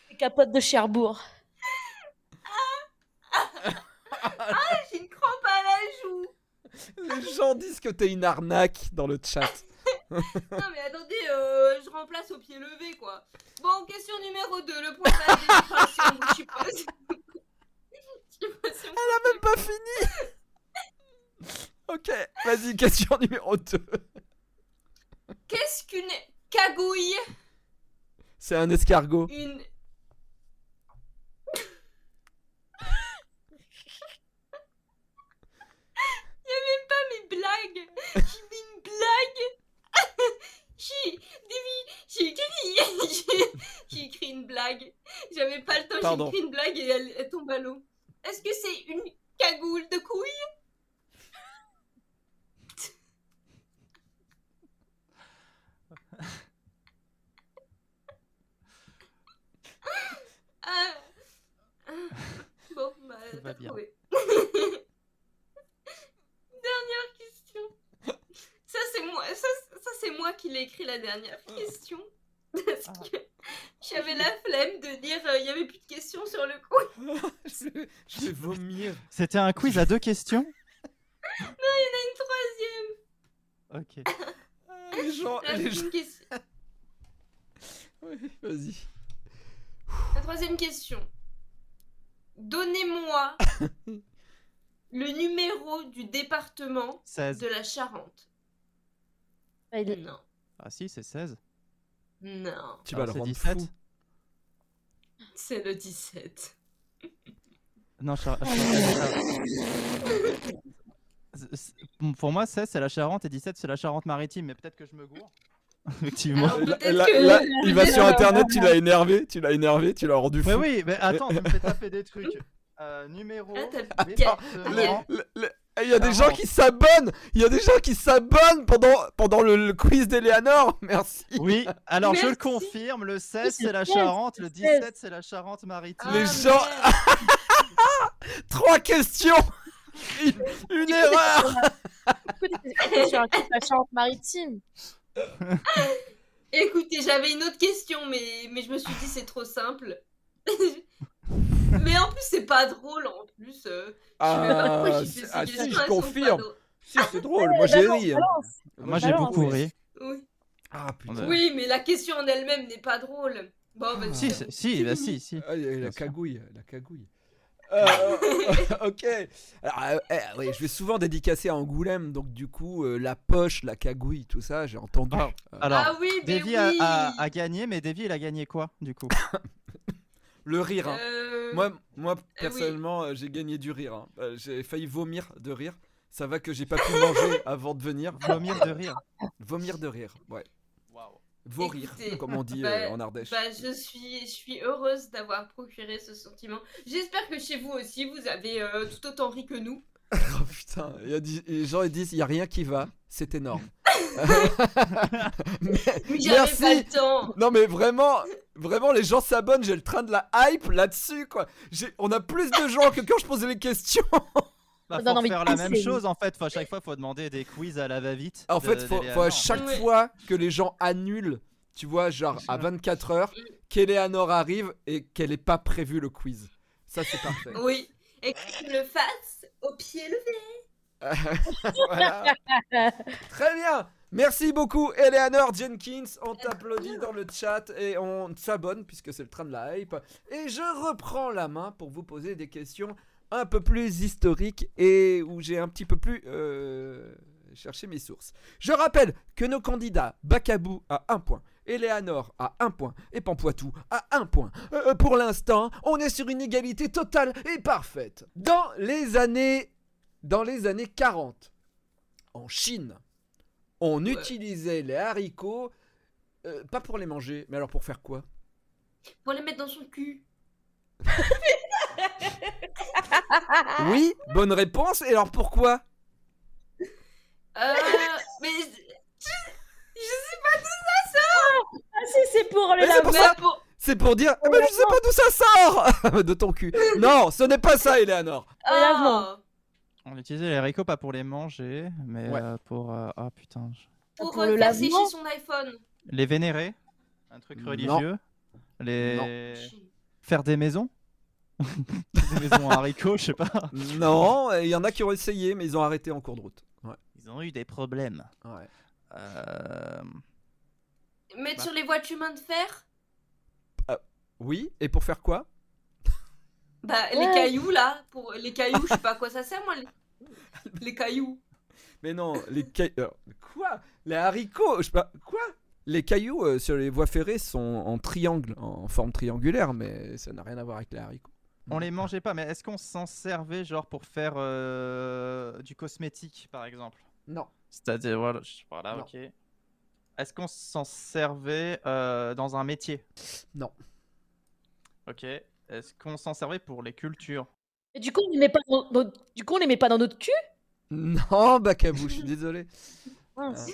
Speaker 2: Les capotes de Cherbourg.
Speaker 4: Ah, J'ai une crampe à la joue.
Speaker 1: Les gens disent que t'es une arnaque dans le chat.
Speaker 4: Non mais attendez, euh, je remplace au pied levé quoi. Bon, question numéro 2, le point de la démonstration, je suis pas sûre. Je suis pas sûre.
Speaker 1: Elle a même pas fini. Ok, vas-y, question numéro 2.
Speaker 4: Qu'est-ce qu'une cagouille
Speaker 1: C'est un escargot.
Speaker 4: Une... Il y a même pas mes blagues J'ai mis une blague J'ai... Davy, J'ai écrit... j'ai- J'ai écrit une blague. J'avais pas le temps,
Speaker 1: Pardon.
Speaker 4: j'ai écrit une blague et elle, elle tombe à l'eau. Est-ce que c'est une cagoule de couille Ah. Ah. Bon, bah,
Speaker 3: Tout va
Speaker 4: t'as
Speaker 3: bien.
Speaker 4: trouvé. dernière question. Ça, c'est moi, ça, ça, c'est moi qui l'ai écrit la dernière question. Parce que j'avais la flemme de dire, euh, il n'y avait plus de questions sur le coup.
Speaker 1: je, vais, je vais vomir.
Speaker 3: C'était un quiz à deux questions
Speaker 4: Une troisième.
Speaker 3: Ok.
Speaker 1: Ah, Les gens.
Speaker 4: La,
Speaker 1: les gens-
Speaker 4: une question-
Speaker 1: Oui, Vas-y.
Speaker 4: la troisième question. Donnez-moi le numéro du département
Speaker 3: 16.
Speaker 4: de la Charente.
Speaker 2: Bah, il-
Speaker 4: Non.
Speaker 3: Ah si, c'est 16.
Speaker 4: Non.
Speaker 1: Tu vas
Speaker 3: Alors,
Speaker 1: le
Speaker 3: c'est
Speaker 1: rendre fou.
Speaker 3: 17.
Speaker 4: C'est le 17.
Speaker 3: Non, Char- Char- C'est- c'est- Pour moi, 16 c'est la Charente et 17 c'est la Charente-Maritime, mais peut-être que je me gourre. Effectivement.
Speaker 4: Alors,
Speaker 1: Là,
Speaker 4: peut-être
Speaker 1: là-
Speaker 4: que-
Speaker 1: là, il va sur internet, tu l'as énervé, tu l'as énervé, tu l'as rendu fou.
Speaker 3: Mais oui, mais attends, je me fais taper des trucs. Euh, numéro.
Speaker 4: Ah, t'as-
Speaker 3: département.
Speaker 4: Attends,
Speaker 1: Le- le- et Il eh, y a des gens
Speaker 3: Clairement.
Speaker 1: qui s'abonnent Il y a des gens qui s'abonnent pendant, pendant le, le quiz d'Eleanor Merci
Speaker 3: Oui, alors je le
Speaker 4: Merci.
Speaker 3: confirme, le 16
Speaker 2: c'est
Speaker 3: c'est la
Speaker 2: 16,
Speaker 3: Charente, le
Speaker 2: c'est 16.
Speaker 3: 17 c'est la Charente-Maritime.
Speaker 1: Les
Speaker 4: Ah,
Speaker 1: gens-
Speaker 4: merde.
Speaker 1: Trois questions Une, une erreur
Speaker 4: Ah,
Speaker 2: Pourquoi t'es- pourquoi t'es sur un truc de la Charente maritime
Speaker 4: Écoutez, j'avais une autre question, mais, mais je me suis dit c'est trop simple. mais en plus, c'est pas drôle en plus. euh.
Speaker 1: Ah,
Speaker 4: J'ai fait ces
Speaker 1: ah, si,
Speaker 4: questions,
Speaker 1: je
Speaker 4: elles sont pas
Speaker 1: confirme
Speaker 4: drôles.
Speaker 1: Si, c'est drôle, moi j'ai
Speaker 2: Balance,
Speaker 1: ri hein.
Speaker 2: balance.
Speaker 3: Moi j'ai
Speaker 2: Balance.
Speaker 3: beaucoup ri.
Speaker 4: Oui.
Speaker 1: Ah putain
Speaker 3: Ouais.
Speaker 4: Oui, mais la question en elle-même n'est pas drôle. Bon, vas-y.
Speaker 3: Si, c'est- si, bah si, si.
Speaker 1: Ah, il y a eu la
Speaker 3: Bien sûr.
Speaker 1: cagouille, la cagouille. Euh, ok. Alors, euh, eh, ouais, je vais souvent dédicacer à Angoulême, donc du coup, euh, la poche, la cagouille, tout ça, j'ai entendu.
Speaker 3: Ah.
Speaker 4: ah
Speaker 3: Alors,
Speaker 4: oui, mais
Speaker 3: Davy
Speaker 4: oui.
Speaker 3: a, a- a gagné, mais Davy il a gagné quoi du coup
Speaker 1: Le rire. hein.
Speaker 4: Euh,
Speaker 1: Moi, moi
Speaker 4: eh oui.
Speaker 1: personnellement, euh, j'ai gagné du rire. hein. Euh, J'ai failli vomir de rire. Ça va que j'ai pas pu manger avant de venir.
Speaker 3: Vomir de rire.
Speaker 1: Vomir de rire, ouais. Vos rires,
Speaker 4: Écoutez,
Speaker 1: comme on dit
Speaker 4: bah-
Speaker 1: euh, en Ardèche.
Speaker 4: bah, je suis, je suis heureuse d'avoir procuré ce sentiment. J'espère que chez vous aussi, vous avez euh, tout autant ri que nous.
Speaker 1: Oh putain, il y a des- les gens ils disent il y a rien qui va, c'est énorme.
Speaker 4: Mais j'avais
Speaker 1: Merci.
Speaker 4: pas le temps.
Speaker 1: Non mais vraiment, vraiment les gens s'abonnent, j'ai le train de la hype là-dessus quoi. J'ai- On a plus de gens que quand je posais les questions.
Speaker 3: Bah,
Speaker 2: Non,
Speaker 3: faut
Speaker 2: non, mais
Speaker 3: faire la
Speaker 2: c'est-
Speaker 3: même chose en fait. Faut, à chaque fois, faut demander des quiz à la va-vite.
Speaker 1: En
Speaker 3: de-
Speaker 1: fait, faut,
Speaker 3: d'Eleanor.
Speaker 1: faut à chaque
Speaker 4: Ouais.
Speaker 1: fois que les gens annulent, tu vois, genre à 24 heures, qu'Eleanor arrive et qu'elle n'ait pas prévu le quiz. Ça c'est parfait.
Speaker 4: Oui. Et que je le fasse au pied levé.
Speaker 1: Voilà. Très bien. Merci beaucoup, Eleanor Jenkins. On t'applaudit dans le chat et on s'abonne puisque c'est le train de la hype. Et je reprends la main pour vous poser des questions un peu plus historiques et où j'ai un petit peu plus euh, cherché mes sources. Je rappelle que nos candidats, Bakabou à 1 point, Eleanor à 1 point et Pampoitou à 1 point. Euh, pour l'instant, on est sur une égalité totale et parfaite. Dans les années, dans les années 40, en Chine, on utilisait les haricots, euh, pas pour les manger, mais alors pour faire quoi
Speaker 4: Pour les mettre dans son cul.
Speaker 1: Oui, bonne réponse, et alors pourquoi
Speaker 4: Euh, mais je, je sais
Speaker 2: Ah si, c'est pour les
Speaker 1: Mais c'est
Speaker 4: pas.
Speaker 1: pour
Speaker 4: mais
Speaker 1: ça
Speaker 4: pour-
Speaker 1: C'est pour dire, eh ben, je sais pas d'où ça sort De ton cul. Non, ce n'est pas ça, Eleanor.
Speaker 4: Ah.
Speaker 2: lavement.
Speaker 3: On utilisait les haricots pas pour les manger, mais
Speaker 1: Ouais.
Speaker 3: euh, pour. euh, Ah putain. je-
Speaker 4: Pour,
Speaker 2: Pour
Speaker 4: euh,
Speaker 2: le
Speaker 4: faire
Speaker 2: lavement.
Speaker 4: sécher son iPhone.
Speaker 3: Les vénérer Un truc
Speaker 1: Non.
Speaker 3: religieux Les. Faire des maisons Des maisons à haricots, je sais pas.
Speaker 1: Non, il y en a qui ont essayé, mais ils ont arrêté en cours de route. Ouais,
Speaker 3: Ils ont eu des problèmes.
Speaker 1: ouais.
Speaker 3: Euh,
Speaker 4: Mettre
Speaker 3: Bah.
Speaker 4: sur les voitures humains de fer.
Speaker 1: Oui, et pour faire quoi
Speaker 4: Bah, les
Speaker 2: Ouais.
Speaker 4: cailloux là, pour les cailloux, je sais pas à quoi ça sert moi. Les, les cailloux.
Speaker 1: Mais non, les cailloux. Quoi Les haricots, je sais pas. Quoi Les cailloux euh, sur les voies ferrées sont en triangle, en forme triangulaire, mais ça n'a rien à voir avec les haricots.
Speaker 3: on les mangeait pas, mais est-ce qu'on s'en servait genre pour faire euh, du cosmétique par exemple
Speaker 1: Non.
Speaker 3: C'est-à-dire, voilà, je- voilà,
Speaker 1: Non.
Speaker 3: ok. Est-ce qu'on s'en servait euh, dans un métier
Speaker 1: Non.
Speaker 3: Ok. Est-ce qu'on s'en servait pour les cultures
Speaker 2: Et du coup, on les met pas dans notre... du coup, on les met pas dans notre cul
Speaker 1: Non, Bakabou, je suis désolé.
Speaker 2: Mince.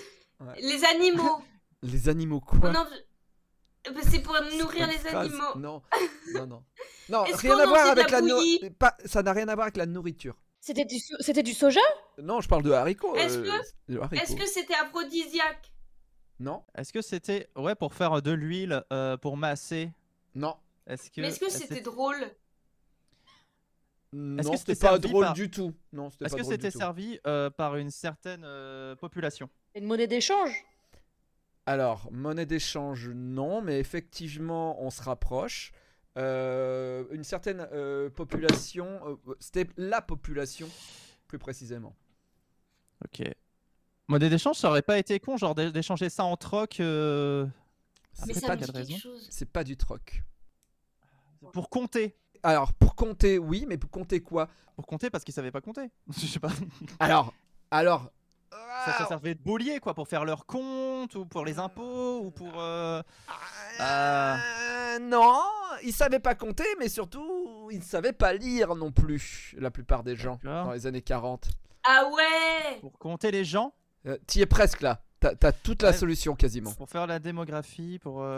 Speaker 4: Les animaux.
Speaker 1: Les animaux quoi
Speaker 4: On en- Euh, bah, C'est pour
Speaker 1: C'est
Speaker 4: nourrir
Speaker 1: pas
Speaker 4: les
Speaker 1: une phrase.
Speaker 4: animaux.
Speaker 1: Non, non, non. Non,
Speaker 4: Est-ce
Speaker 1: rien
Speaker 4: qu'on
Speaker 1: à
Speaker 4: en
Speaker 1: voir
Speaker 4: fait de
Speaker 1: avec
Speaker 4: la
Speaker 1: la, no-
Speaker 4: bouillie
Speaker 1: pas- Ça n'a rien à voir avec la nourriture.
Speaker 2: C'était du so- c'était du soja
Speaker 1: Non, je parle de haricots.
Speaker 4: Est-ce
Speaker 1: euh, de haricots.
Speaker 4: Est-ce que c'était aphrodisiaque
Speaker 1: Non,
Speaker 3: Est-ce que c'était ouais pour faire de l'huile euh, pour masser
Speaker 1: non.
Speaker 3: Est-ce que
Speaker 4: Mais est-ce que c'était drôle
Speaker 1: Non,
Speaker 3: que
Speaker 1: c'était
Speaker 3: c'était
Speaker 1: pas
Speaker 3: servi
Speaker 1: drôle
Speaker 3: par-
Speaker 1: du tout. Non, c'était
Speaker 3: Est-ce
Speaker 1: pas
Speaker 3: que
Speaker 1: drôle du
Speaker 3: c'était
Speaker 1: tout.
Speaker 3: servi euh, par une certaine euh, population
Speaker 2: C'est une monnaie d'échange
Speaker 1: Alors, monnaie d'échange, non, mais effectivement, on se rapproche. Euh, une certaine euh, population, euh, c'était la population, plus précisément.
Speaker 3: Ok. Monnaie d'échange, ça aurait pas été con, genre d'é- d'échanger ça en troc euh,
Speaker 4: Mais
Speaker 3: après
Speaker 4: ça
Speaker 3: pas
Speaker 4: me dit
Speaker 3: de raison.
Speaker 4: quelque chose.
Speaker 1: C'est pas du troc.
Speaker 3: pour compter.
Speaker 1: Alors, pour compter, oui, mais pour compter quoi
Speaker 3: Pour compter parce qu'ils savaient pas compter. Je sais pas.
Speaker 1: Alors, alors.
Speaker 3: Ça, ça servait de boulier quoi, pour faire leurs comptes ou pour les impôts ou pour. euh,
Speaker 1: Euh, non, ils savaient pas compter, mais surtout, ils ne savaient pas lire non plus, la plupart des gens,
Speaker 3: D'accord.
Speaker 1: dans les années 40.
Speaker 4: Ah ouais
Speaker 3: pour compter les gens,
Speaker 1: Euh, T'y es presque là. T'as t'as toute la
Speaker 3: Ouais.
Speaker 1: solution quasiment.
Speaker 3: pour faire la démographie, pour. euh,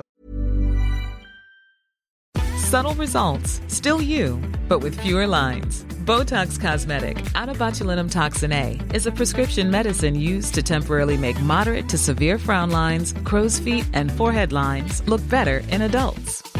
Speaker 5: Subtle results, still you, but with fewer lines. Botox Cosmetic, out of botulinum toxin A, is a prescription medicine used to temporarily make moderate to severe frown lines, crow's feet, and forehead lines look better in adults.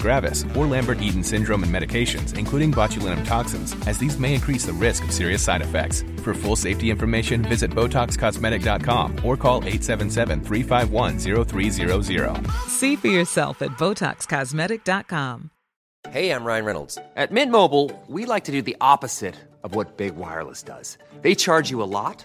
Speaker 6: gravis, or Lambert-Eaton syndrome and medications, including botulinum toxins, as these may increase the risk of serious side effects. For full safety information, visit BotoxCosmetic.com or call 877-351-0300.
Speaker 5: See for yourself at BotoxCosmetic.com.
Speaker 7: Hey, I'm Ryan Reynolds. At Mint Mobile, we like to do the opposite of what Big Wireless does. They charge you a lot,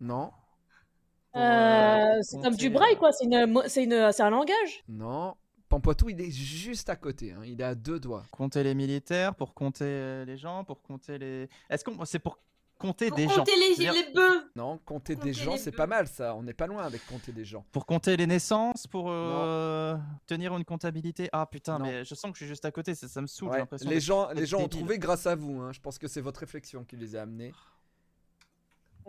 Speaker 1: non.
Speaker 3: pour, euh,
Speaker 2: Euh, c'est comme
Speaker 3: compter,
Speaker 2: du braille,
Speaker 3: euh,
Speaker 2: quoi. C'est une, mo- c'est une, euh, c'est un langage.
Speaker 1: Non. Pampoitou, il est juste à côté. hein. Il est à deux doigts.
Speaker 3: Compter les militaires, pour compter euh, les gens, pour compter les. Est-ce qu'on. C'est pour compter
Speaker 4: Pour
Speaker 3: des gens.
Speaker 4: compter les,
Speaker 3: C'est-à-dire
Speaker 4: les bœufs.
Speaker 1: Non, compter,
Speaker 4: Compter
Speaker 1: des gens,
Speaker 4: les
Speaker 1: c'est
Speaker 4: deux.
Speaker 1: pas mal ça. On n'est pas loin avec compter des gens.
Speaker 3: Pour compter les naissances, pour euh, tenir une comptabilité. Ah putain,
Speaker 1: Non.
Speaker 3: mais je sens que je suis juste à côté, ça, ça me saoule. j'ai
Speaker 1: Ouais.
Speaker 3: l'impression
Speaker 1: Les
Speaker 3: d'être-
Speaker 1: gens, les gens ont
Speaker 3: débile.
Speaker 1: trouvé grâce à vous. hein. Je pense que c'est votre réflexion qui les a amenés.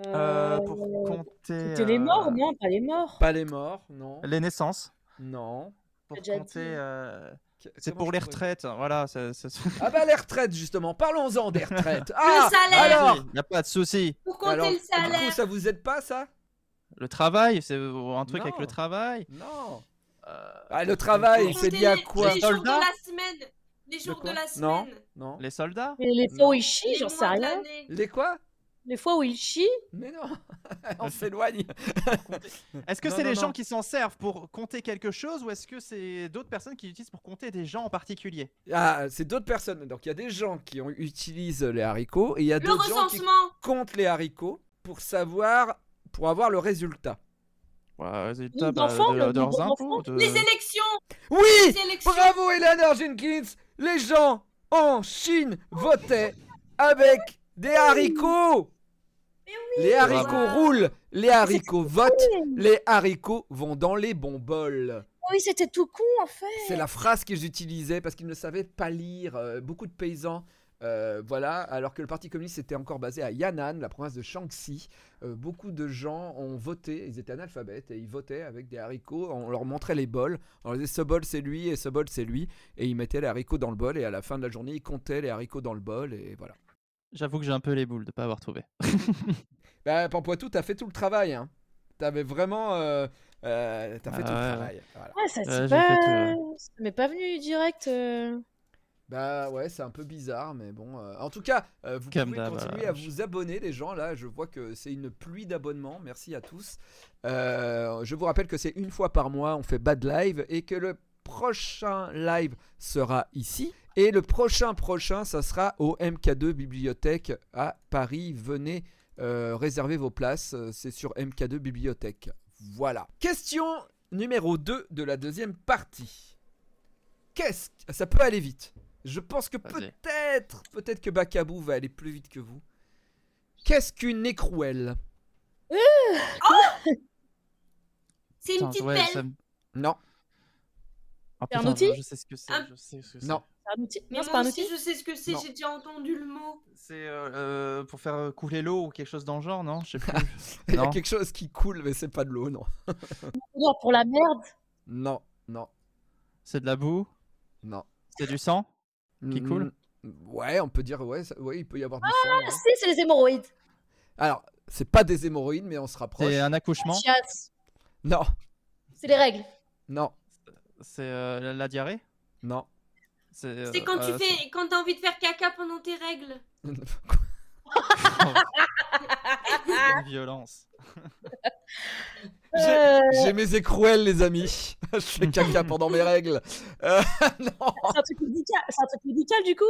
Speaker 3: Euh, pour
Speaker 2: Euh,
Speaker 3: compter.
Speaker 2: compter les
Speaker 3: euh,
Speaker 2: morts, non, pas les morts.
Speaker 1: Pas les morts, non.
Speaker 3: Les naissances.
Speaker 1: Non.
Speaker 3: Pour
Speaker 2: T'as déjà
Speaker 3: compter.
Speaker 2: dit.
Speaker 3: euh,
Speaker 1: Qu-
Speaker 3: C'est
Speaker 1: comment
Speaker 3: pour
Speaker 1: je
Speaker 3: les
Speaker 1: pourrais-
Speaker 3: retraites, hein, voilà. ça- ça- ça-
Speaker 1: Ah bah les retraites justement. Parlons-en des retraites. Ah,
Speaker 4: salaire
Speaker 1: alors,
Speaker 3: Il n'y a pas de souci.
Speaker 4: Pour compter
Speaker 1: alors,
Speaker 4: le
Speaker 1: Du coup,
Speaker 4: salaire.
Speaker 1: ça vous aide pas ça
Speaker 3: Le travail, c'est un truc avec
Speaker 1: Non.
Speaker 3: le travail.
Speaker 1: Non.
Speaker 3: euh,
Speaker 1: Ah, le travail,
Speaker 4: Compter
Speaker 1: c'est lié à
Speaker 4: les-
Speaker 1: quoi
Speaker 4: Les
Speaker 3: Un
Speaker 4: jours de
Speaker 3: soldat
Speaker 4: la semaine. Les jours de,
Speaker 1: quoi
Speaker 4: la
Speaker 1: Non.
Speaker 4: semaine.
Speaker 1: Non.
Speaker 3: les soldats.
Speaker 2: Mais les
Speaker 1: Non.
Speaker 2: fois où il chie,
Speaker 4: Les
Speaker 2: Eh, j'en
Speaker 4: mois
Speaker 2: sais
Speaker 4: de
Speaker 2: rien.
Speaker 4: l'année.
Speaker 1: Les quoi
Speaker 2: Les fois où il chie,
Speaker 1: Mais non. On s'éloigne.
Speaker 3: Est-ce que
Speaker 1: Non,
Speaker 3: c'est
Speaker 1: non,
Speaker 3: les
Speaker 1: non.
Speaker 3: gens qui s'en servent pour compter quelque chose ou est-ce que c'est d'autres personnes qui l'utilisent pour compter des gens en particulier
Speaker 1: Ah, c'est d'autres personnes. Donc il y a des gens qui ont- utilisent les haricots et il y a
Speaker 4: Le
Speaker 1: d'autres gens qui
Speaker 4: recensement.
Speaker 1: comptent les haricots pour savoir, pour avoir le résultat.
Speaker 3: Résultat
Speaker 2: Nombre
Speaker 1: euh,
Speaker 2: bah, d'enfants, de- le de nombre leurs impôts,
Speaker 4: Les élections.
Speaker 1: Oui
Speaker 4: Les élections.
Speaker 1: euh, Eh, Bravo Eleanor Jenkins Les gens en Chine votaient avec des haricots Les haricots
Speaker 4: Bravo.
Speaker 1: roulent, les haricots votent, les haricots vont dans les bons bols.
Speaker 2: oui, c'était tout con en fait.
Speaker 1: C'est la phrase que j'utilisais parce qu'ils ne savaient pas lire. euh, beaucoup de paysans, euh, voilà, alors que le Parti communiste était encore basé à Yan'an, la province de Shaanxi. euh, beaucoup de gens ont voté, ils étaient analphabètes et ils votaient avec des haricots. On leur montrait les bols. On leur disait ce bol c'est lui et ce bol c'est lui. Et ils mettaient les haricots dans le bol et à la fin de la journée ils comptaient les haricots dans le bol et voilà.
Speaker 3: J'avoue que j'ai un peu les boules de pas avoir trouvé.
Speaker 1: Bah, Pampoitou, t'as fait tout le travail. Hein. T'avais vraiment. euh, euh, t'as fait
Speaker 3: Ah
Speaker 1: tout le
Speaker 3: ouais,
Speaker 1: travail. Voilà.
Speaker 2: Ouais, ça,
Speaker 3: j'ai
Speaker 2: c'est pas...
Speaker 3: fait,
Speaker 2: ça m'est pas venu direct. euh.
Speaker 1: Bah ouais, c'est un peu bizarre, mais bon. euh, En tout cas, euh, vous
Speaker 3: Comme
Speaker 1: pouvez
Speaker 3: d'hab,
Speaker 1: continuer
Speaker 3: euh,
Speaker 1: à
Speaker 3: je-
Speaker 1: vous abonner, les gens. Là, je vois que c'est une pluie d'abonnements. Merci à tous. Euh, je vous rappelle que c'est une fois par mois, on fait Bad Live et que le prochain live sera ici. Et le prochain prochain, ça sera au MK2 Bibliothèque à Paris. Venez euh, réserver vos places. euh, C'est sur MK2 Bibliothèque. Voilà. Question numéro 2 de la deuxième partie. Qu'est-ce que- Ça peut aller vite. Je pense que
Speaker 3: Vas-y.
Speaker 1: peut-être, peut-être que Bakabou va aller plus vite que vous. Qu'est-ce qu'une écrouelle
Speaker 4: C'est une
Speaker 3: Putain,
Speaker 4: petite
Speaker 3: ouais,
Speaker 4: pelle.
Speaker 3: ça me-
Speaker 1: Non,
Speaker 3: Ah,
Speaker 2: C'est un
Speaker 3: putain,
Speaker 2: outil
Speaker 3: Je sais ce que c'est.
Speaker 4: Un-
Speaker 3: Je sais ce que c'est.
Speaker 1: non.
Speaker 2: C'est un outil.
Speaker 4: Mais
Speaker 2: Non, c'est
Speaker 4: moi
Speaker 2: pas un
Speaker 4: aussi,
Speaker 2: outil.
Speaker 4: je sais ce que c'est.
Speaker 1: Non.
Speaker 4: J'ai déjà entendu le mot.
Speaker 3: C'est euh, euh, pour faire euh, couler l'eau ou quelque chose dans le genre, non Je sais plus.
Speaker 1: Il y a
Speaker 3: Non.
Speaker 1: quelque chose qui coule, mais c'est pas de l'eau, non.
Speaker 2: Non, pour la merde.
Speaker 1: Non, non,
Speaker 3: C'est de la boue
Speaker 1: non.
Speaker 3: C'est du sang Qui coule
Speaker 1: Mm, Ouais, on peut dire, ouais, ça- ouais, il peut y avoir du sang.
Speaker 2: Ah,
Speaker 1: ouais.
Speaker 2: si, c'est les hémorroïdes.
Speaker 1: Alors, c'est pas des hémorroïdes, mais on se rapproche.
Speaker 3: C'est un accouchement
Speaker 2: Chiasse.
Speaker 1: Non,
Speaker 2: C'est les règles.
Speaker 1: non,
Speaker 3: C'est euh, la, la diarrhée
Speaker 1: non.
Speaker 3: C'est euh,
Speaker 4: C'est quand
Speaker 3: euh,
Speaker 4: tu fais, quand t'as envie de faire caca pendant tes règles.
Speaker 3: c'est une violence.
Speaker 1: J'ai-
Speaker 2: Euh,
Speaker 1: J'ai mes écrouelles, les amis. Je fais caca pendant mes règles. Euh, non.
Speaker 2: C'est un truc médical. C'est un truc médical du coup.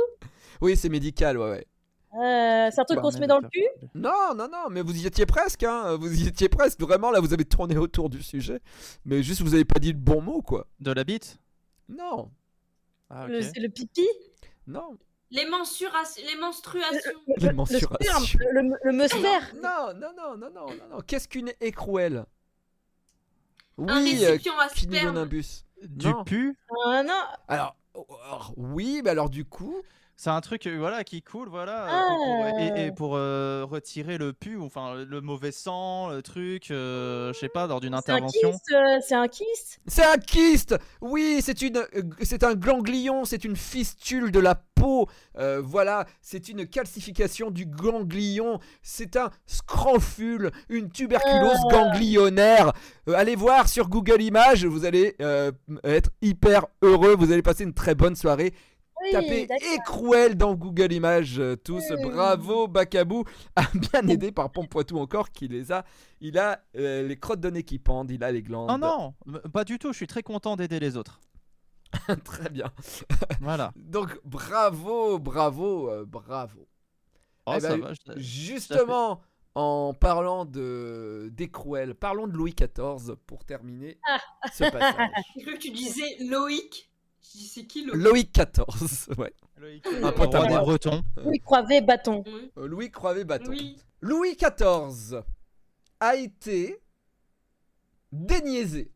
Speaker 1: Oui, c'est médical, ouais, ouais.
Speaker 2: Euh, c'est un truc
Speaker 3: Bah,
Speaker 2: qu'on se
Speaker 3: mais
Speaker 2: met dans
Speaker 3: de
Speaker 2: le cul.
Speaker 3: faire-
Speaker 1: Non, non, non, mais vous y étiez presque, hein. Vous y étiez presque. Vraiment, là, vous avez tourné autour du sujet. Mais juste, vous avez pas dit le bon mot, quoi.
Speaker 3: De la bite
Speaker 1: Non,
Speaker 3: Ah,
Speaker 2: Le-
Speaker 3: ok.
Speaker 2: C'est le pipi.
Speaker 1: non.
Speaker 4: Les mensurations, les menstruations.
Speaker 1: Les
Speaker 2: Le- le- le sperme,
Speaker 1: mensurations.
Speaker 2: Le, le, le meustère.
Speaker 1: Non, non, non, non, non, non, non. Qu'est-ce qu'une écrouelle
Speaker 4: un
Speaker 1: Oui, euh,
Speaker 4: récipient à
Speaker 1: qui nous donne un
Speaker 4: sperme.
Speaker 1: bus.
Speaker 3: Du
Speaker 1: Non.
Speaker 3: pu
Speaker 2: Ah, non.
Speaker 1: Alors, oh, alors, oui, mais alors du coup,
Speaker 3: C'est un truc euh, voilà, qui coule, voilà.
Speaker 2: Ah.
Speaker 3: euh, pour- et, et pour euh, retirer le pu, ou enfin le mauvais sang, le truc, euh, je sais pas, lors d'une
Speaker 2: C'est un
Speaker 3: intervention.
Speaker 2: kyste. euh, C'est un kyste.
Speaker 1: c'est un kyste. Oui, c'est une, euh, c'est un ganglion, c'est une fistule de la peau. Euh, voilà, c'est une calcification du ganglion. C'est un scrofule, une tuberculose
Speaker 2: Euh.
Speaker 1: ganglionnaire. Euh, allez voir sur Google Images, vous allez euh, être hyper heureux. Vous allez passer une très bonne soirée.
Speaker 2: Oui,
Speaker 1: Tapez
Speaker 2: d'accord. Hmm.
Speaker 1: écrouelle dans Google Images euh, tous.
Speaker 2: Oui.
Speaker 1: Bravo Bakabou, Ah, bien aidé par Pompoitou encore qui les a. Il a euh, les crottes de nez qui pendent, il a les glandes.
Speaker 3: Oh non, m- pas du tout, je suis très content d'aider les autres.
Speaker 1: Très bien.
Speaker 3: Voilà.
Speaker 1: Donc bravo, bravo, euh, bravo.
Speaker 3: Oh,
Speaker 1: Eh
Speaker 3: ça
Speaker 1: ben,
Speaker 3: va, je-
Speaker 1: Justement, en parlant de des Cruels. Parlons de Louis XIV pour terminer ce passage.
Speaker 4: J'ai cru que tu disais Loïc. Je dis c'est qui Loïc
Speaker 1: Loïc XIV, ouais.
Speaker 3: Un
Speaker 1: pote à
Speaker 3: roi des
Speaker 1: moi.
Speaker 3: Bretons.
Speaker 2: Oui, croivé, bâton.
Speaker 4: Oui.
Speaker 1: Euh, Louis Croivet-Bâton.
Speaker 4: Oui.
Speaker 1: Louis XIV a été déniaisé.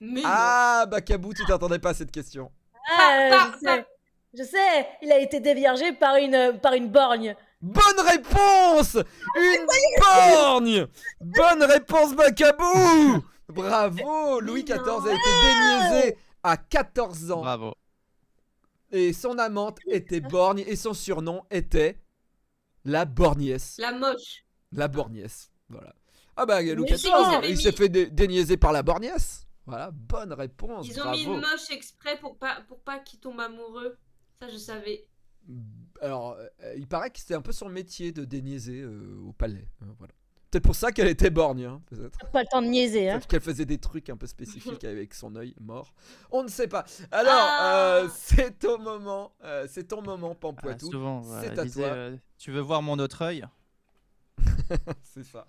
Speaker 4: Mais
Speaker 1: Ah, Bakabou, tu t'attendais pas à cette question.
Speaker 2: Ah,
Speaker 4: Ah,
Speaker 2: je sais. Je sais, il a été déviergé par une, euh, par une borgne.
Speaker 1: Bonne réponse Une borgne Bonne réponse, Bakabou Bravo Louis
Speaker 4: Mais non.
Speaker 1: XIV a été déniaisé à 14 ans.
Speaker 3: Bravo.
Speaker 1: Et son amante était borgne et son surnom était la borgnesse.
Speaker 4: La moche.
Speaker 1: La borgnesse. Voilà. Ah bah, Louis
Speaker 4: Mais
Speaker 1: XIV,
Speaker 4: si, ils avaient
Speaker 1: il
Speaker 4: mis-
Speaker 1: s'est fait dé- déniaiser par la borgnesse. Voilà, bonne réponse.
Speaker 4: Ils ont
Speaker 1: Oh, bravo.
Speaker 4: mis une moche exprès pour pas, pour pas qu'il tombe amoureux. Ça, je savais.
Speaker 1: Alors, euh, il paraît que c'était un peu son métier de déniaiser euh, au palais. hein, voilà. Peut-être pour ça qu'elle était borgne, hein, peut-être.
Speaker 2: T'as Pas le temps de niaiser, hein.
Speaker 1: Peut-être qu'elle faisait des trucs un peu spécifiques avec son œil mort. On ne sait pas. Alors,
Speaker 4: Ah.
Speaker 1: euh, c'est ton moment, euh, c'est ton moment,
Speaker 3: Ah,
Speaker 1: Pampoitou.
Speaker 3: souvent,
Speaker 1: C'est
Speaker 3: voilà,
Speaker 1: à
Speaker 3: disait,
Speaker 1: toi.
Speaker 3: euh, tu veux voir mon autre œil Ah,
Speaker 1: c'est ça.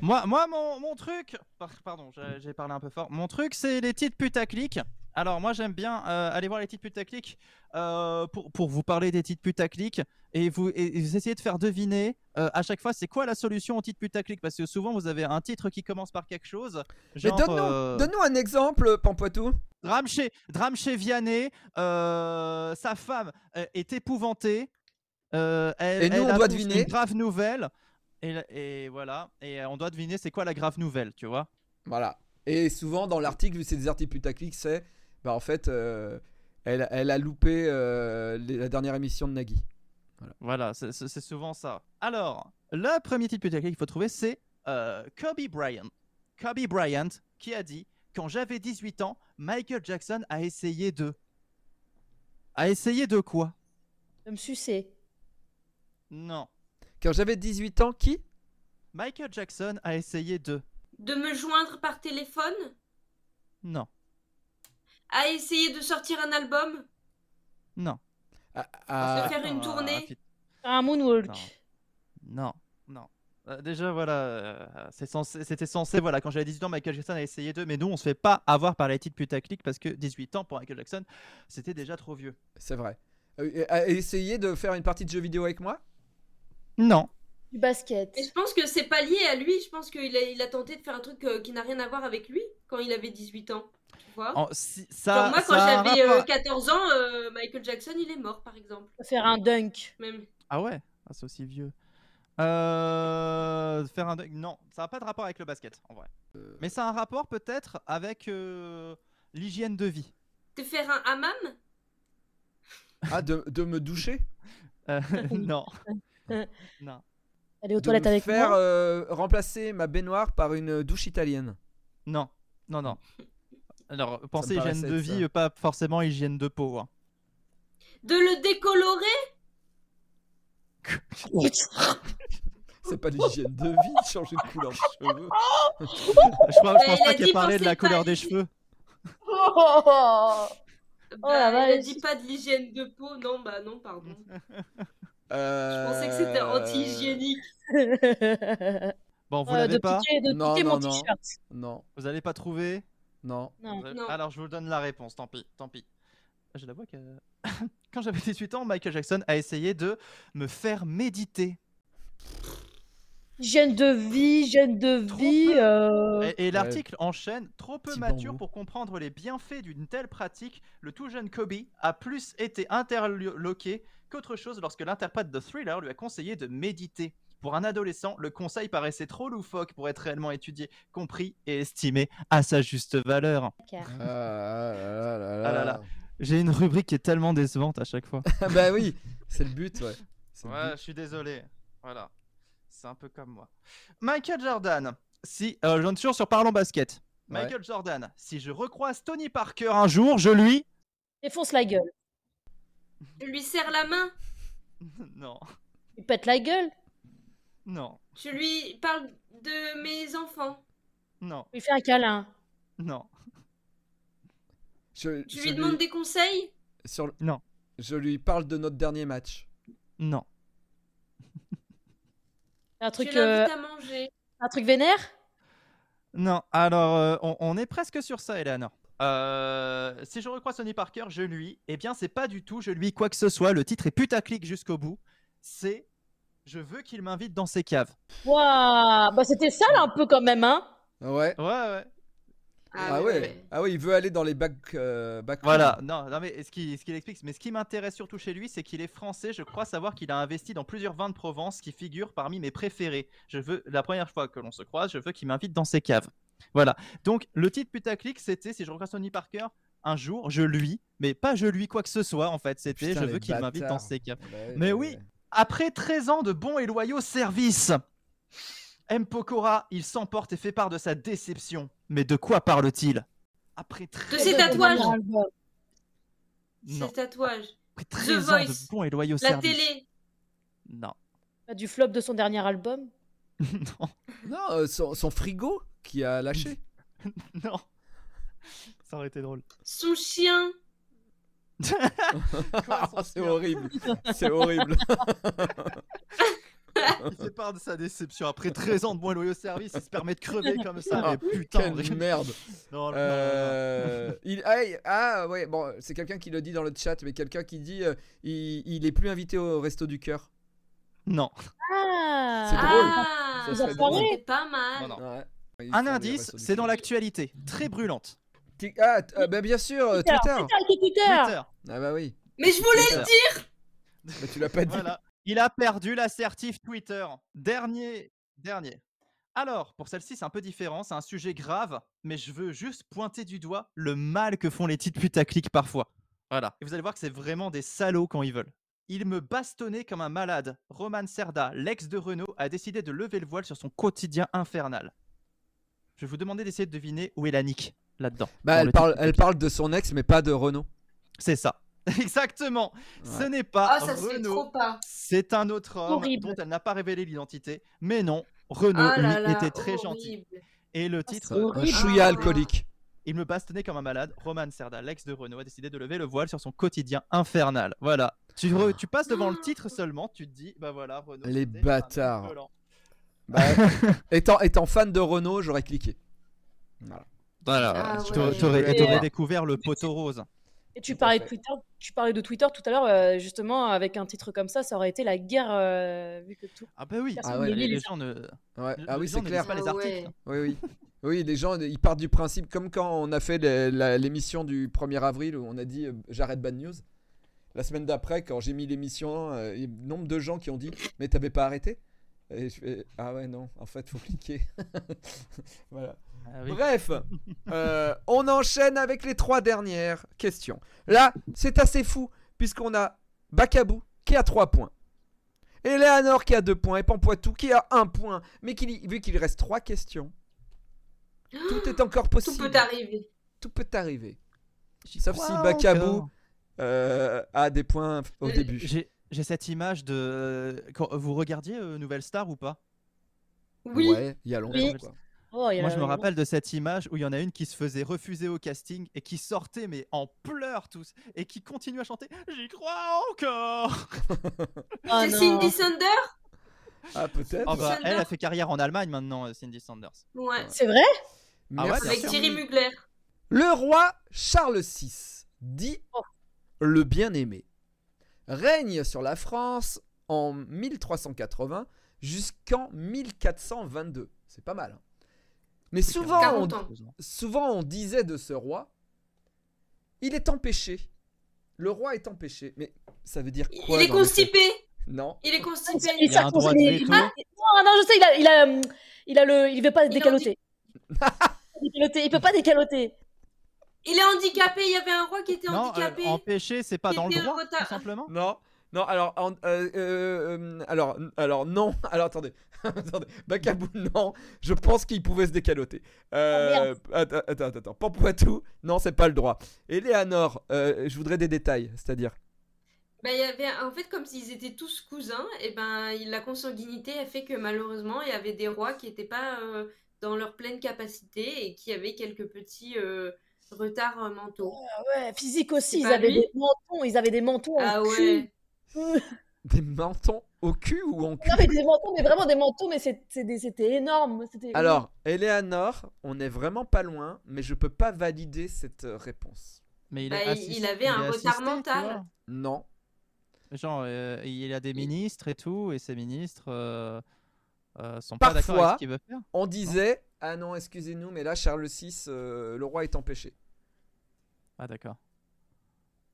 Speaker 3: Moi, moi mon, mon truc. par- Pardon, j'ai- j'ai parlé un peu fort. Mon truc, c'est les titres putaclic. Alors, moi, j'aime bien euh, aller voir les titres putaclic euh, pour, pour vous parler des titres putaclic et vous, et- et vous essayez de faire deviner euh, à chaque fois c'est quoi la solution au titre putaclic parce que souvent vous avez un titre qui commence par quelque chose. Genre,
Speaker 1: Mais donne-nous,
Speaker 3: euh,
Speaker 1: donne-nous un exemple, Pampoitou.
Speaker 3: drame, chez, drame chez Vianney, euh, sa femme euh, est épouvantée. euh, elle,
Speaker 1: Et nous,
Speaker 3: elle
Speaker 1: on
Speaker 3: annonce
Speaker 1: doit deviner.
Speaker 3: Une grave nouvelle. Et, la- et voilà. Et euh, on doit deviner c'est quoi la grave nouvelle, tu vois.
Speaker 1: Voilà. Et souvent dans l'article, vu que c'est des articles putaclic, c'est bah en fait, euh, elle, elle a loupé euh, les- la dernière émission de Nagui.
Speaker 3: Voilà, c'est- c'est c'est souvent ça. Alors, le premier titre peut-être qu'il faut trouver, c'est euh, Kobe Bryant. Kobe Bryant qui a dit Quand j'avais 18 ans, Michael Jackson a essayé de. A essayé de quoi
Speaker 2: De me sucer.
Speaker 3: Non.
Speaker 1: Quand j'avais 18 ans, qui
Speaker 3: Michael Jackson a essayé de.
Speaker 4: De me joindre par téléphone
Speaker 3: Non.
Speaker 4: À essayer de sortir un album
Speaker 3: Non.
Speaker 1: Ah,
Speaker 4: De
Speaker 1: ah,
Speaker 4: faire une
Speaker 3: Ah,
Speaker 4: tournée
Speaker 3: put-
Speaker 2: Faire Un moonwalk.
Speaker 3: Non. Non. Non. Euh, déjà, voilà, euh, c'est censé- c'était censé, voilà, quand j'avais 18 ans, Michael Jackson a essayé de, mais nous, on se fait pas avoir par les titres putaclic parce que 18 ans pour Michael Jackson, c'était déjà trop vieux.
Speaker 1: C'est vrai. Euh, et- à- Essayez de faire une partie de jeu vidéo avec moi
Speaker 3: Non.
Speaker 2: Du basket.
Speaker 4: Et je pense que c'est pas lié à lui. Je pense qu'il a, il a tenté de faire un truc euh, qui n'a rien à voir avec lui quand il avait 18 ans. Tu vois
Speaker 3: En- si- ça,
Speaker 4: Genre Ah. moi, quand
Speaker 3: ça a un
Speaker 4: j'avais euh,
Speaker 3: rapport-
Speaker 4: 14 ans, euh, Michael Jackson, il est mort, par exemple.
Speaker 2: Faire un dunk.
Speaker 4: Même.
Speaker 3: Ah ouais Ah, C'est aussi vieux. Euh, Faire un... Non, ça n'a pas de rapport avec le basket, en vrai. Mais ça a un rapport peut-être avec euh, l'hygiène de vie.
Speaker 4: De faire un hammam
Speaker 1: Ah, de, de me doucher
Speaker 3: Euh, non.
Speaker 2: Aller
Speaker 1: De
Speaker 2: aux toilettes
Speaker 1: me
Speaker 2: avec
Speaker 1: faire
Speaker 2: moi.
Speaker 1: euh, remplacer ma baignoire par une euh, douche italienne.
Speaker 3: Non. Non, non. Alors, pensez hygiène
Speaker 1: paraissait,
Speaker 3: de vie,
Speaker 1: ça.
Speaker 3: pas forcément hygiène de peau. hein.
Speaker 4: De le décolorer
Speaker 1: C'est pas de l'hygiène de vie de changer de couleur de cheveux.
Speaker 3: Je, crois- je
Speaker 4: Euh,
Speaker 3: pense
Speaker 4: il a
Speaker 3: pas qu'il
Speaker 4: dit
Speaker 3: ait parlé de la
Speaker 4: pensez pas
Speaker 3: couleur
Speaker 4: à
Speaker 3: des
Speaker 4: l'hygiène-
Speaker 3: cheveux.
Speaker 2: Oh.
Speaker 4: Bah,
Speaker 2: la
Speaker 4: il a
Speaker 2: vache.
Speaker 4: dit pas de l'hygiène de peau. Non, bah non, pardon. Je
Speaker 1: Euh,
Speaker 4: pensais que c'était anti-hygiénique.
Speaker 3: Bon, vous
Speaker 2: Euh,
Speaker 3: l'avez
Speaker 2: de
Speaker 3: pas
Speaker 2: piquer, de
Speaker 1: Non,
Speaker 2: piquer
Speaker 1: non,
Speaker 2: mon
Speaker 1: non.
Speaker 2: t-shirt.
Speaker 1: Non,
Speaker 3: Vous n'allez pas trouver
Speaker 1: non.
Speaker 2: Non.
Speaker 3: Euh,
Speaker 4: Non.
Speaker 3: Alors je vous donne la réponse, tant pis, tant pis. J'ai la voix que... Quand j'avais 18 ans, Michael Jackson a essayé de me faire méditer.
Speaker 2: Jeune de vie, jeune de
Speaker 3: Trop
Speaker 2: vie.
Speaker 3: peu.
Speaker 4: Oh.
Speaker 2: euh,
Speaker 3: Et, et l'article enchaîne, trop peu
Speaker 1: Petit
Speaker 3: mature
Speaker 1: bambou.
Speaker 3: pour comprendre les bienfaits d'une telle pratique, le tout jeune Kobe a plus été interloqué qu'autre chose lorsque l'interprète de Thriller lui a conseillé de méditer. Pour un adolescent, le conseil paraissait trop loufoque pour être réellement étudié, compris et estimé à sa juste valeur.
Speaker 1: Ah là là là
Speaker 3: Ah
Speaker 1: là
Speaker 3: là
Speaker 1: là.
Speaker 3: J'ai une rubrique qui est tellement décevante à chaque fois.
Speaker 1: Ah bah oui, c'est le but, ouais. C'est le
Speaker 3: Ouais, je suis désolé. Voilà. C'est un peu comme moi. Michael Jordan. Si, euh, j'en suis toujours sur Parlons Basket.
Speaker 1: Ouais.
Speaker 3: Michael Jordan. Si je recroise Tony Parker un jour, je lui.
Speaker 2: Défonce la gueule.
Speaker 4: Je lui serre la main.
Speaker 3: non,
Speaker 2: Il pète la gueule.
Speaker 3: non,
Speaker 4: Je lui parle de mes enfants.
Speaker 3: non,
Speaker 2: Il fait un câlin.
Speaker 3: non.
Speaker 1: Je,
Speaker 4: Je
Speaker 1: je
Speaker 4: lui demande des conseils.
Speaker 1: sur le-
Speaker 3: Non.
Speaker 1: Je lui parle de notre dernier match.
Speaker 3: Non.
Speaker 2: Un
Speaker 4: Tu
Speaker 2: truc, euh,
Speaker 4: l'invites à manger.
Speaker 2: un truc vénère
Speaker 3: Non, alors euh, on, on est presque sur ça, Eleanor. Euh, si je recrois Sonny Parker, je lui. Eh bien, c'est pas du tout je lui quoi que ce soit. Le titre est putaclic jusqu'au bout. C'est je veux qu'il m'invite dans ses caves.
Speaker 2: Waouh Bah c'était sale un peu quand même, hein
Speaker 1: Ouais.
Speaker 3: Ouais, ouais.
Speaker 1: Ah, ouais. Ah ouais, il veut aller dans les bacs. euh, bacs-
Speaker 3: Voilà. Non, non mais ce qu'il ce qu'il explique, mais ce qui m'intéresse surtout chez lui, c'est qu'il est français. Je crois savoir qu'il a investi dans plusieurs vins de Provence qui figurent parmi mes préférés. Je veux la première fois que l'on se croise, je veux qu'il m'invite dans ses caves. Voilà. Donc le titre putaclic, c'était si je regarde Sonny Parker. Un jour, je lui, mais pas je lui quoi que ce soit en fait. C'était
Speaker 1: Putain,
Speaker 3: je
Speaker 1: les
Speaker 3: veux qu'il m'invite dans
Speaker 1: bâtards.
Speaker 3: ses caves.
Speaker 1: Bah ouais,
Speaker 3: Mais
Speaker 1: bah
Speaker 3: oui.
Speaker 1: ouais.
Speaker 3: Après 13 ans de bons et loyaux services, M. Pokora, il s'emporte et fait part de sa déception. Mais de quoi parle-t-il Après
Speaker 4: De
Speaker 3: 13,
Speaker 4: ses tatouages.
Speaker 3: non,
Speaker 4: Ses tatouages.
Speaker 3: après 13 ans de
Speaker 4: Voice.
Speaker 3: bons et loyaux
Speaker 4: La
Speaker 3: services.
Speaker 4: télé.
Speaker 3: Non.
Speaker 2: Bah, Du flop de son dernier album.
Speaker 3: non,
Speaker 1: Non, euh, son, son frigo qui a lâché.
Speaker 3: non. Ça aurait été drôle.
Speaker 4: Son chien.
Speaker 1: Ah, c'est horrible. C'est horrible.
Speaker 3: Il fait part de sa déception. Après 13 ans de bons et loyaux services, il se permet de crever comme ça.
Speaker 1: Ah,
Speaker 3: mais putain,
Speaker 1: Quelle merde.
Speaker 3: Non, non, non, non, non.
Speaker 1: Euh, il, ah, il- ah, ouais, bon, c'est quelqu'un qui le dit dans le chat, mais quelqu'un qui dit euh, il, il est plus invité au resto du cœur.
Speaker 3: Non.
Speaker 2: Ah
Speaker 1: C'est drôle.
Speaker 4: Ah,
Speaker 1: Ça serait
Speaker 2: drôle.
Speaker 4: C'était pas mal.
Speaker 3: Non, non.
Speaker 1: Ouais. Ils font
Speaker 3: Un
Speaker 1: les
Speaker 3: indice,
Speaker 1: restos du
Speaker 3: c'est dans
Speaker 1: cœur.
Speaker 3: l'actualité. Très brûlante.
Speaker 1: Ti- Ah, t- euh, bah, bien sûr, euh,
Speaker 2: Twitter,
Speaker 1: Twitter.
Speaker 2: Twitter, qui est Twitter.
Speaker 3: Twitter.
Speaker 1: Ah bah oui.
Speaker 4: Mais je voulais
Speaker 3: Twitter.
Speaker 4: le dire.
Speaker 1: Bah, tu l'as pas dit.
Speaker 3: Voilà. Il a perdu l'assertif Twitter. Dernier, dernier. Alors, pour celle-ci, c'est un peu différent, c'est un sujet grave, mais je veux juste pointer du doigt le mal que font les titres putaclic parfois. Voilà. Et vous allez voir que c'est vraiment des salauds quand ils veulent. Il me bastonnait comme un malade. Roman Serda, l'ex de Renault, a décidé de lever le voile sur son quotidien infernal. Je vais vous demander d'essayer de deviner où est la nique là-dedans.
Speaker 1: Bah,
Speaker 3: dans
Speaker 1: elle
Speaker 3: le
Speaker 1: parle,
Speaker 3: titre
Speaker 1: elle
Speaker 3: putaclic.
Speaker 1: parle de son ex, mais pas de Renault.
Speaker 3: C'est ça. Exactement. Ce
Speaker 1: Ouais.
Speaker 3: n'est pas
Speaker 4: Ah, ça se fait
Speaker 3: Renault.
Speaker 4: trop pas.
Speaker 3: C'est un autre homme
Speaker 2: Horrible.
Speaker 3: dont elle n'a pas révélé l'identité. Mais non, Renaud,
Speaker 4: Ah
Speaker 3: lui,
Speaker 4: là là,
Speaker 3: était très gentil.
Speaker 4: horrible.
Speaker 3: Et le
Speaker 2: c'est
Speaker 3: titre,
Speaker 1: Un
Speaker 2: horrible.
Speaker 1: chouïa
Speaker 4: Ah.
Speaker 1: alcoolique.
Speaker 3: il me bastonnait comme un malade. Roman Serda, l'ex de Renaud, a décidé de lever le voile sur son quotidien infernal. Voilà. Tu, re- tu passes devant le titre seulement, tu te dis, bah voilà, Renaud.
Speaker 1: Les
Speaker 3: c'était un mec
Speaker 1: bâtards.
Speaker 3: violent.
Speaker 1: Bah, étant, étant fan de Renault, j'aurais cliqué. Voilà.
Speaker 3: Voilà,
Speaker 4: Ah
Speaker 3: tu
Speaker 4: ouais.
Speaker 3: t'a- t'aurais
Speaker 1: Et-
Speaker 3: t'aurais découvert le poteau rose.
Speaker 2: Et tu
Speaker 1: Tout à
Speaker 2: parlais, de
Speaker 1: fait.
Speaker 2: Twitter, tu parlais de Twitter tout à l'heure, euh, justement, avec un titre comme ça, ça aurait été la guerre, euh, vu que tout.
Speaker 3: Ah bah oui,
Speaker 2: Personne
Speaker 1: Ah ouais.
Speaker 2: ne lit
Speaker 3: les
Speaker 2: les-
Speaker 3: gens ne.
Speaker 1: Ouais.
Speaker 3: les
Speaker 1: Ah oui,
Speaker 3: gens
Speaker 1: c'est
Speaker 3: ne
Speaker 1: clair.
Speaker 3: lisent pas les
Speaker 4: Ah
Speaker 3: articles.
Speaker 4: ouais.
Speaker 1: Oui, oui. Oui, les gens, ils partent du principe, comme quand on a fait le- la- l'émission du 1er avril où on a dit euh, j'arrête Bad News. La semaine d'après, quand j'ai mis l'émission, euh, il y a nombre de gens qui ont dit Mais t'avais pas arrêté Et je fais, Ah ouais, non, en fait, faut cliquer. voilà.
Speaker 3: Ah oui.
Speaker 1: Bref, euh, on enchaîne avec les trois dernières questions. Là, c'est assez fou, puisqu'on a Bakabou qui a 3 points. Eleanor qui a 2 points et Pampoitou qui a 1 point. Mais qu'il- vu qu'il reste 3 questions, tout est encore
Speaker 4: Ah, Tout
Speaker 1: possible.
Speaker 4: peut arriver.
Speaker 1: Tout peut arriver.
Speaker 3: J'y
Speaker 1: Sauf si
Speaker 3: crois
Speaker 1: Bakabou
Speaker 3: encore.
Speaker 1: euh, a des points au
Speaker 4: Euh,
Speaker 1: début.
Speaker 3: J'ai j'ai cette image de. quand- Vous regardiez euh, Nouvelle Star ou pas
Speaker 4: Oui.
Speaker 1: Ouais, il y a longtemps.
Speaker 2: Oui.
Speaker 1: quoi.
Speaker 2: Oh, il y a
Speaker 3: Moi,
Speaker 2: la-
Speaker 3: je me rappelle de cette image où il y en a une qui se faisait refuser au casting et qui sortait, mais en pleurs tous, et qui continue à chanter J'y crois encore
Speaker 2: Ah,
Speaker 4: c'est
Speaker 2: non.
Speaker 4: Cindy Sander
Speaker 1: Ah, peut-être.
Speaker 3: Ah bah,
Speaker 4: Sanders.
Speaker 3: Elle a fait carrière en Allemagne maintenant, euh, Cindy Sanders.
Speaker 4: Ouais.
Speaker 2: C'est vrai
Speaker 3: Ah ouais,
Speaker 1: Merci.
Speaker 4: Avec
Speaker 3: sûr. Oh,
Speaker 4: Thierry Mugler.
Speaker 1: Le roi Charles VI, dit
Speaker 2: Oh.
Speaker 1: le bien-aimé, règne sur la France en 1380 jusqu'en 1422. C'est pas mal. hein. Mais souvent on,
Speaker 4: 40 ans.
Speaker 1: souvent, on disait de ce roi, il est empêché. Le roi est empêché. Mais ça veut dire
Speaker 4: Il
Speaker 1: quoi
Speaker 4: est
Speaker 1: dans les faits
Speaker 4: constipé.
Speaker 1: Non.
Speaker 4: Il est
Speaker 2: Il
Speaker 4: constipé.
Speaker 3: Il y a un
Speaker 2: s'arrose
Speaker 3: droit de
Speaker 2: les-
Speaker 3: veto.
Speaker 2: Ah, non, non, je sais, il a, il a, hum, il a le, il veut pas
Speaker 4: en
Speaker 2: décaloter. Décaloter, Il peut pas décaloter.
Speaker 4: Il est handicapé. Il y avait un roi qui était
Speaker 3: Non, euh,
Speaker 4: handicapé.
Speaker 3: empêché, c'est pas
Speaker 4: Qui
Speaker 3: dans le
Speaker 4: était en
Speaker 3: droit, tout
Speaker 4: retard.
Speaker 3: simplement
Speaker 1: Non. Non, alors, en- euh, euh, euh, alors, alors, non, alors attendez, attendez, Bakabou, non, je pense qu'il pouvait se décaloter.
Speaker 2: Ah,
Speaker 1: Euh, attends, attends, attends, Pampoitou, non, c'est pas le droit. Eleanor, euh, je voudrais des détails, c'est-à-dire.
Speaker 4: Bah, il y avait, en fait, comme s'ils étaient tous cousins, et ben, il- la consanguinité a fait que malheureusement, il y avait des rois qui n'étaient pas euh, dans leur pleine capacité et qui avaient quelques petits euh, retards euh, mentaux.
Speaker 1: Oh,
Speaker 2: Ah ouais, physique aussi,
Speaker 4: C'est
Speaker 2: ils
Speaker 4: pas
Speaker 2: avaient
Speaker 4: lui
Speaker 2: des mentons, ils avaient des mentons. en
Speaker 4: Ah
Speaker 2: cul.
Speaker 4: ouais.
Speaker 1: Des mentons au cul ou en cul
Speaker 2: Non, mais des mentons, mais vraiment des mentons, mais c'est- c'est des- c'était énorme. C'était-
Speaker 1: Alors, Eleanor, on est vraiment pas loin, mais je peux pas valider cette euh, réponse.
Speaker 3: Mais il,
Speaker 4: Bah,
Speaker 3: est
Speaker 4: il-
Speaker 3: assist-
Speaker 4: il avait
Speaker 3: est
Speaker 4: un retard
Speaker 3: assisté, tu
Speaker 4: mental.
Speaker 3: vois.
Speaker 1: Non.
Speaker 3: Genre, euh, il a des ministres et tout, et ces ministres euh, euh, sont pas d'accord avec
Speaker 1: Parfois.
Speaker 3: ce qu'il veut faire.
Speaker 1: On disait, ah non, excusez-nous, mais là, Charles VI, euh, le roi est empêché.
Speaker 3: Ah, d'accord.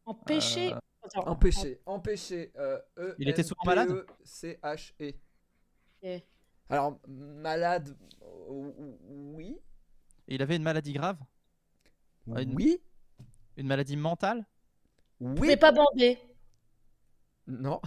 Speaker 2: Empêcher.
Speaker 3: Euh,
Speaker 2: Attends,
Speaker 1: Empêché, empêché. euh, E
Speaker 3: Il était souvent
Speaker 1: M P E
Speaker 3: malade
Speaker 1: C H E.
Speaker 2: Ok.
Speaker 1: Alors malade, euh, oui.
Speaker 3: Il avait une maladie grave, Ah, une-
Speaker 1: Oui.
Speaker 3: une maladie mentale.
Speaker 1: Oui.
Speaker 2: Mais pas bandé.
Speaker 1: Non.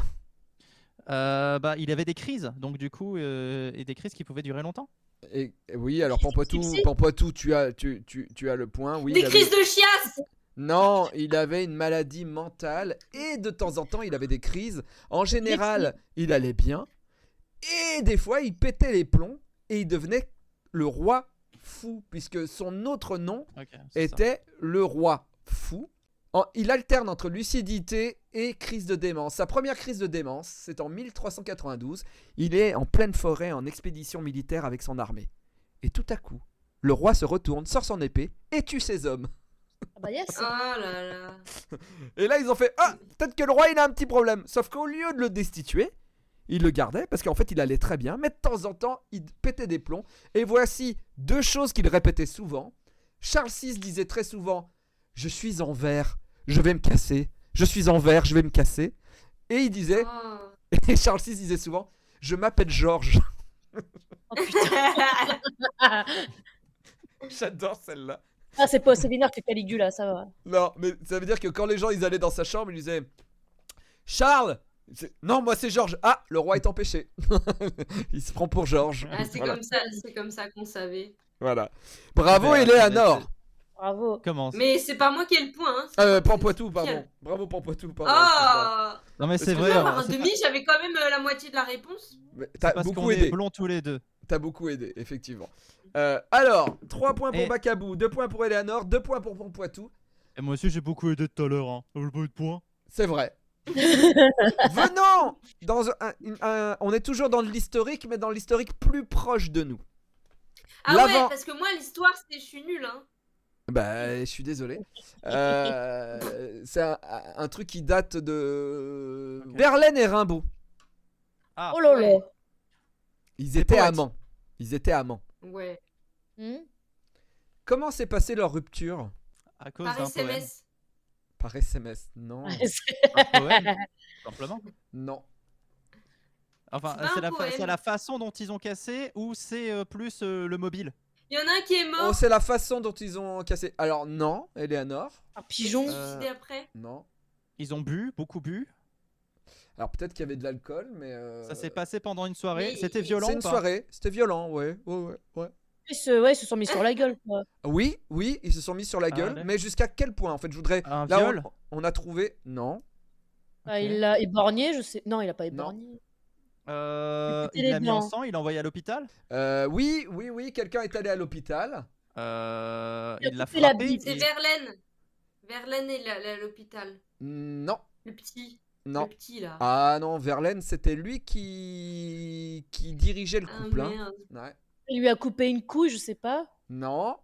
Speaker 3: Euh, bah, il avait des crises, donc du coup, euh, et des crises qui pouvaient durer longtemps.
Speaker 1: Et, et oui, alors Pampoitou,
Speaker 2: Gypsy
Speaker 1: Pampoitou, tu as, tu, tu, tu as le point. Oui.
Speaker 4: Des
Speaker 1: il avait-
Speaker 4: crises de chiasse
Speaker 1: Non, il avait une maladie mentale et de temps en temps, il avait des crises. En général, il allait bien. Et des fois, il pétait les plombs et il devenait le roi fou, puisque son autre nom
Speaker 3: Ok, c'est ça.
Speaker 1: était le roi fou. En- il alterne entre lucidité et crise de démence. Sa première crise de démence, c'est en 1392. Il est en pleine forêt en expédition militaire avec son armée. Et tout à coup, le roi se retourne, sort son épée et tue ses hommes.
Speaker 2: Ah bah yes.
Speaker 4: Oh là là.
Speaker 1: Et là, ils ont fait Ah, peut-être que le roi, il a un petit problème. Sauf qu'au lieu de le destituer, il le gardait parce qu'en fait, il allait très bien. Mais de temps en temps, il pétait des plombs. Et voici deux choses qu'il répétait souvent. Charles VI disait très souvent Je suis en verre, je vais me casser. Je suis en verre, je vais me casser. Et il disait
Speaker 4: Oh.
Speaker 1: Et Charles VI disait souvent Je m'appelle Georges.
Speaker 2: Oh, putain.
Speaker 1: J'adore celle-là.
Speaker 2: Ah, c'est pas Sévinaire que Caligula, ça va.
Speaker 1: Non, mais ça veut dire que quand les gens ils allaient dans sa chambre, ils lui disaient Charles C'est- Non, moi c'est Georges. Ah, le roi est empêché. il se prend pour Georges.
Speaker 4: Ah, c'est
Speaker 1: voilà.
Speaker 4: comme ça, c'est comme ça qu'on savait.
Speaker 1: Voilà. Bravo,
Speaker 3: Ouais,
Speaker 1: Eleanor.
Speaker 3: c'est-
Speaker 2: Bravo.
Speaker 3: Commence.
Speaker 4: Mais c'est pas moi qui ai le point. hein.
Speaker 1: Euh, Pampoitou, pardon.
Speaker 4: Tiens.
Speaker 1: Bravo, Pampoitou, pardon. excuse-moi.
Speaker 4: Oh
Speaker 3: Non, mais c'est
Speaker 1: Est-ce que
Speaker 3: vrai.
Speaker 1: ça
Speaker 4: Non,
Speaker 3: on-
Speaker 4: par un
Speaker 3: c'est
Speaker 4: demi, j'avais quand même euh, la moitié de la réponse.
Speaker 1: Mais
Speaker 3: pas-
Speaker 1: T'as
Speaker 3: parce
Speaker 1: beaucoup
Speaker 3: qu'on est
Speaker 1: aidé.
Speaker 3: blonds tous les deux.
Speaker 1: T'as beaucoup aidé, effectivement. Euh, alors, 3 points pour
Speaker 3: Et-
Speaker 1: Bacabou, 2 points pour Eleanor, 2 points pour Pampoitou.
Speaker 3: Et moi aussi, j'ai beaucoup aidé tout à l'heure. Hein. J'ai pas eu de points.
Speaker 1: C'est vrai. Venons dans un- un- On est toujours dans l'historique, mais dans l'historique plus proche de nous.
Speaker 4: Ah
Speaker 1: L'avant-
Speaker 4: ouais, parce que moi, l'histoire, c'est je suis nulle. Hein.
Speaker 1: Bah, je suis désolé. Euh, c'est un, un truc qui date de
Speaker 3: Ok.
Speaker 1: Verlaine et Rimbaud.
Speaker 3: Ah,
Speaker 2: Oh là là.
Speaker 4: ouais.
Speaker 1: Ils étaient
Speaker 3: poètes.
Speaker 1: amants. Ils étaient amants.
Speaker 4: Ouais.
Speaker 2: Hmm
Speaker 1: Comment s'est passée leur rupture
Speaker 3: à cause
Speaker 4: Par
Speaker 3: d'un poème.
Speaker 4: SMS.
Speaker 1: Par SMS Non.
Speaker 2: C'est-
Speaker 3: Un poème, tout simplement.
Speaker 1: non.
Speaker 3: Enfin,
Speaker 4: C'est pas
Speaker 3: c'est
Speaker 4: un
Speaker 3: la, fa-
Speaker 4: poème.
Speaker 3: c'est la façon dont ils ont cassé ou c'est euh, plus euh, le mobile
Speaker 4: Il y en a un qui est
Speaker 1: Oh,
Speaker 4: mort.
Speaker 1: c'est la façon dont ils ont cassé. Alors, non, Eleanor.
Speaker 2: Un
Speaker 4: qui
Speaker 2: pigeon.
Speaker 4: s'est
Speaker 1: Euh,
Speaker 4: suicidé après.
Speaker 1: Non.
Speaker 3: Ils ont bu, beaucoup bu. Alors,
Speaker 1: Alors, peut-être qu'il y avait de l'alcool, mais. euh,
Speaker 3: Ça s'est passé pendant une soirée.
Speaker 4: mais
Speaker 3: C'était
Speaker 4: c'est
Speaker 3: violent.
Speaker 1: C'est
Speaker 3: ou
Speaker 1: une
Speaker 3: pas
Speaker 1: soirée. C'était violent, ouais. Ouais, ouais, ouais.
Speaker 2: Ils se, ouais, ils se sont mis sur la gueule. quoi.
Speaker 1: Oui, oui, ils se sont mis sur la
Speaker 3: Ah,
Speaker 1: gueule.
Speaker 3: ouais.
Speaker 1: mais jusqu'à quel point En fait, je voudrais.
Speaker 3: Un
Speaker 1: Là, on-
Speaker 3: viol
Speaker 1: on a trouvé. Non.
Speaker 2: Ah,
Speaker 3: Ok.
Speaker 2: Il l'a éborgné, je sais. Non, il a pas
Speaker 1: Non.
Speaker 2: éborgné.
Speaker 3: Euh,
Speaker 2: Écoutez
Speaker 3: il
Speaker 2: les
Speaker 3: l'a mis en
Speaker 2: blancs.
Speaker 3: sang, il l'a envoyé à l'hôpital.
Speaker 1: Euh, oui, oui, oui, quelqu'un est allé à l'hôpital.
Speaker 3: Euh,
Speaker 2: Il a
Speaker 3: il l'a
Speaker 2: coupé la
Speaker 3: frappé.
Speaker 2: bite.
Speaker 4: C'est
Speaker 3: il-
Speaker 4: Verlaine. Verlaine est là- là à l'hôpital.
Speaker 1: Non,
Speaker 4: Le petit.
Speaker 1: non.
Speaker 4: Le petit, là.
Speaker 1: Ah non, Verlaine, c'était lui qui qui dirigeait le
Speaker 4: Ah,
Speaker 1: couple. hein.
Speaker 4: merde.
Speaker 1: Ouais.
Speaker 2: Il lui a coupé une couille, je sais pas.
Speaker 1: Non,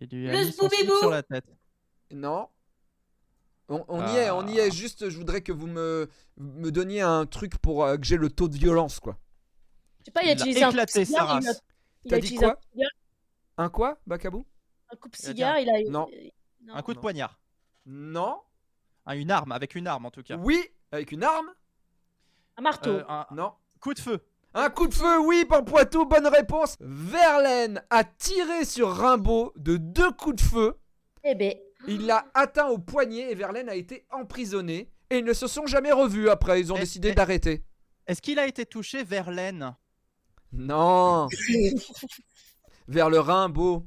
Speaker 3: Il lui a
Speaker 4: Le
Speaker 3: mis son slip
Speaker 4: Scooby-Doo
Speaker 3: sur la tête.
Speaker 1: non. On, on y est, on y
Speaker 3: Ah.
Speaker 1: est. Juste, je voudrais que vous me me donniez un truc pour euh, que j'ai le taux de violence, quoi.
Speaker 2: Je sais pas, il a
Speaker 3: Il a
Speaker 2: utilisé un
Speaker 3: éclaté sa
Speaker 2: coupe-cigare. Il a,
Speaker 3: race.
Speaker 2: il
Speaker 1: T'as
Speaker 2: a
Speaker 1: dit
Speaker 2: utilisé un
Speaker 1: quoi
Speaker 2: coupe-cigare,
Speaker 1: Un quoi, Bakabou
Speaker 2: un
Speaker 3: Il a dit un-
Speaker 2: coupe-cigare. Il a.
Speaker 1: Non.
Speaker 2: euh, non.
Speaker 3: Un coup de
Speaker 1: Non.
Speaker 3: poignard.
Speaker 1: Non.
Speaker 3: Ah, une arme, avec une arme en tout cas.
Speaker 1: Oui, avec une arme
Speaker 2: Un marteau.
Speaker 3: Euh, un
Speaker 1: Non.
Speaker 3: coup de feu.
Speaker 1: Un coup de feu, oui, Pampoitou, bonne réponse. Verlaine a tiré sur Rimbaud de deux coups de feu.
Speaker 2: Eh ben,
Speaker 1: Il l'a atteint au poignet et Verlaine a été emprisonné. Et ils ne se sont jamais revus après, ils ont
Speaker 3: Eh,
Speaker 1: décidé
Speaker 3: eh.
Speaker 1: d'arrêter.
Speaker 3: Est-ce qu'il a été touché vers l'aine
Speaker 1: Non Vers le Rimbaud.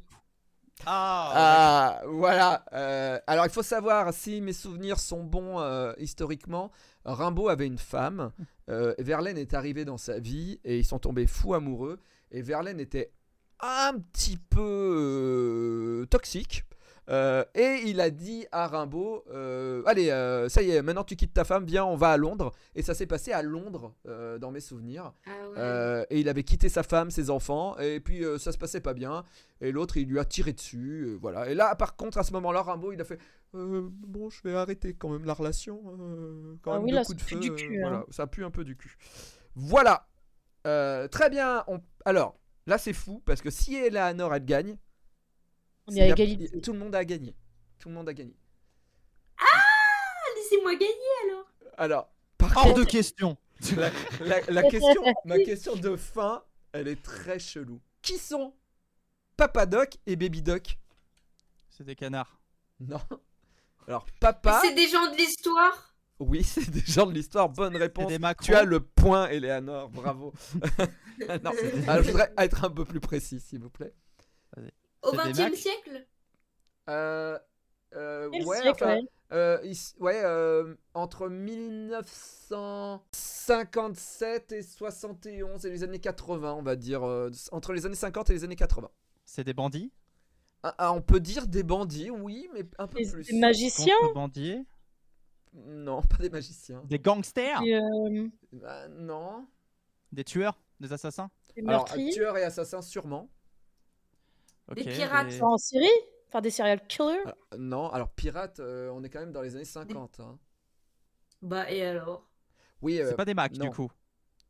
Speaker 3: Ah,
Speaker 1: Ah, voilà. euh, alors, il faut savoir, si mes souvenirs sont bons euh, historiquement, Rimbaud avait une femme. euh, Verlaine est arrivée dans sa vie et ils sont tombés fous amoureux. Et Verlaine était un petit peu euh, toxique. Euh, et il a dit à Rimbaud euh, Allez, euh, ça y est, maintenant tu quittes ta femme, viens, on va à Londres. Et ça s'est passé à Londres, euh, dans mes souvenirs.
Speaker 4: Ah ouais.
Speaker 1: Euh, et il avait quitté sa femme, ses enfants, et puis euh, ça se passait pas bien. Et l'autre, il lui a tiré dessus, euh, voilà. Et là, par contre, à ce moment-là, Rimbaud, il a fait Euh, Bon, je vais arrêter quand même la relation. euh, quand
Speaker 2: Ah
Speaker 1: même
Speaker 2: oui,
Speaker 1: deux
Speaker 2: là,
Speaker 1: coups de
Speaker 2: ça
Speaker 1: feu.
Speaker 2: pue du
Speaker 1: euh,
Speaker 2: cul, hein.
Speaker 1: voilà. Ça pue un peu du cul. Voilà. Euh, très bien. on- Alors, là, c'est fou, parce que si Eleanor, elle gagne,
Speaker 2: On
Speaker 1: il
Speaker 2: est à
Speaker 1: y a-
Speaker 2: égalité.
Speaker 1: tout le monde a gagné. Tout le monde a gagné.
Speaker 4: Ah, laissez-moi gagner.
Speaker 1: Alors, par
Speaker 3: Hors
Speaker 1: contre,
Speaker 3: de question.
Speaker 1: la, la- la question, ma question de fin, elle est très chelou. Qui sont Papa Doc et Baby Doc
Speaker 3: C'est des canards.
Speaker 1: Non. Alors, Papa,
Speaker 4: C'est des gens de l'histoire.
Speaker 1: oui, c'est des gens de l'histoire. Bonne
Speaker 3: C'est
Speaker 1: réponse.
Speaker 3: des macros.
Speaker 1: Tu as le point, Eleanor. Bravo. non,
Speaker 3: Ah,
Speaker 1: alors, je voudrais être un peu plus précis, s'il vous plaît.
Speaker 4: Au
Speaker 3: C'est des
Speaker 4: 20 e
Speaker 3: Macs.
Speaker 4: siècle
Speaker 1: Euh, euh,
Speaker 2: Quel
Speaker 1: ouais,
Speaker 2: siècle,
Speaker 1: enfin,
Speaker 2: ouais.
Speaker 1: Euh, il s- ouais, euh, entre 1957 et 71 et les années 80, on va dire. euh, s- entre les années 50 et les années 80.
Speaker 3: C'est des bandits.
Speaker 1: Ah, ah, on peut dire des bandits, oui, mais un peu
Speaker 2: Des,
Speaker 1: plus.
Speaker 2: des magiciens
Speaker 3: Contre bandits.
Speaker 1: Non, pas des magiciens.
Speaker 3: Des gangsters.
Speaker 2: des, euh,
Speaker 1: Ah, non.
Speaker 3: Des tueurs. Des assassins.
Speaker 2: des
Speaker 1: Alors,
Speaker 2: meurtriers
Speaker 1: tueurs et assassins, sûrement.
Speaker 4: Des
Speaker 3: Ok,
Speaker 4: pirates.
Speaker 2: Enfin, en série Enfin, des serial killers
Speaker 1: Ah, non, alors pirates, euh, on est quand même dans les années 50. hein.
Speaker 4: Bah, et alors
Speaker 1: Oui, euh,
Speaker 3: C'est pas des macs
Speaker 1: non.
Speaker 3: du coup.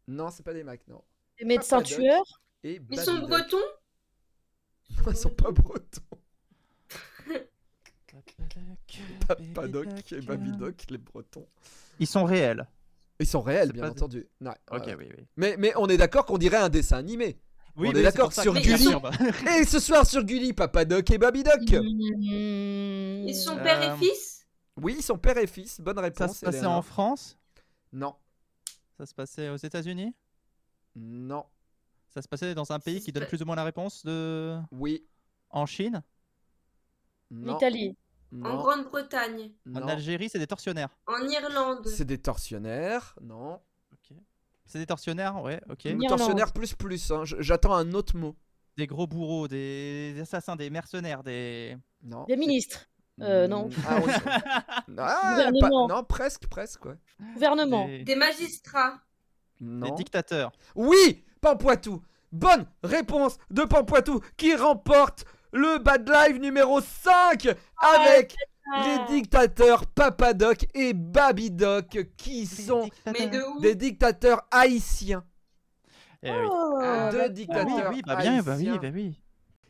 Speaker 1: non, c'est pas des mecs, non.
Speaker 2: Des médecins
Speaker 1: Papa Doc.
Speaker 2: tueurs
Speaker 1: Et
Speaker 4: Ils
Speaker 1: Baby
Speaker 4: sont
Speaker 1: Doc.
Speaker 4: bretons
Speaker 1: Ils sont pas bretons. Papa Doc et Baby Doc, les bretons.
Speaker 3: Ils sont réels.
Speaker 1: Ils sont réels,
Speaker 3: C'est
Speaker 1: bien
Speaker 3: pas des-
Speaker 1: entendu. Ouais,
Speaker 3: Ok,
Speaker 1: Ah, ouais.
Speaker 3: oui, oui.
Speaker 1: Mais, mais on est d'accord qu'on dirait un dessin animé. On est d'accord sur
Speaker 4: Gulli.
Speaker 1: Et ce soir sur Gulli, Papa Doc et Baby Doc.
Speaker 2: Mmh.
Speaker 4: Ils sont père
Speaker 3: Euh,
Speaker 4: et fils
Speaker 1: Oui, son père et fils. Bonne
Speaker 3: Ça
Speaker 1: réponse.
Speaker 3: se passait
Speaker 1: Eleanor.
Speaker 3: en France.
Speaker 1: Non,
Speaker 3: Ça se passait aux États-Unis.
Speaker 1: non,
Speaker 3: Ça se passait dans un pays
Speaker 4: Ça
Speaker 3: qui
Speaker 4: se
Speaker 3: donne
Speaker 4: pa-
Speaker 3: plus ou moins la réponse de
Speaker 1: oui,
Speaker 3: en Chine.
Speaker 1: non,
Speaker 2: L'Italie.
Speaker 4: en
Speaker 1: non,
Speaker 4: Grande-Bretagne,
Speaker 3: En
Speaker 1: non.
Speaker 3: Algérie, c'est des tortionnaires.
Speaker 4: en Irlande.
Speaker 1: C'est des tortionnaires, non.
Speaker 3: C'est des tortionnaires, ouais, ok.
Speaker 1: Ou
Speaker 2: Irlande.
Speaker 1: Tortionnaires plus plus. hein. J- J'attends un autre mot.
Speaker 3: Des gros bourreaux, des assassins, des mercenaires, des.
Speaker 1: Non.
Speaker 2: Des ministres. euh, non.
Speaker 1: Ah, on- Ah, pas-
Speaker 2: Gouvernement.
Speaker 1: non, presque, presque, ouais.
Speaker 2: Gouvernement.
Speaker 3: Des...
Speaker 4: Des magistrats.
Speaker 3: des
Speaker 1: Non.
Speaker 3: dictateurs.
Speaker 1: Oui, Pampoitou. Bonne réponse de Pampoitou qui remporte le Bad Live numéro 5 avec
Speaker 2: Ah.
Speaker 1: les dictateurs Papadoc et Babidoc qui sont
Speaker 4: Mais de où
Speaker 1: des dictateurs haïtiens.
Speaker 2: Oh,
Speaker 3: Eh oui.
Speaker 4: Ah,
Speaker 1: Deux
Speaker 4: bah,
Speaker 3: Ah oui,
Speaker 1: dictateurs
Speaker 3: oui, bah bien, bah oui,
Speaker 1: haïtiens.
Speaker 3: bah oui.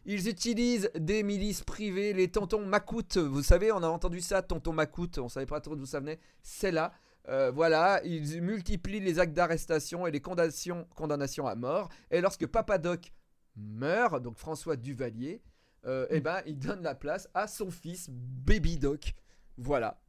Speaker 1: Ils utilisent des milices privées, les tontons macoutes. Vous savez, on a entendu ça, tonton macoute. On savait pas trop d'où ça venait. C'est là. Euh, voilà, ils multiplient les actes d'arrestation et les condamnations, condamnations à mort. Et lorsque Papadoc meurt, donc François Duvalier, euh,
Speaker 3: Mm.
Speaker 1: eh ben, il donne la place à son fils Baby Doc. Voilà.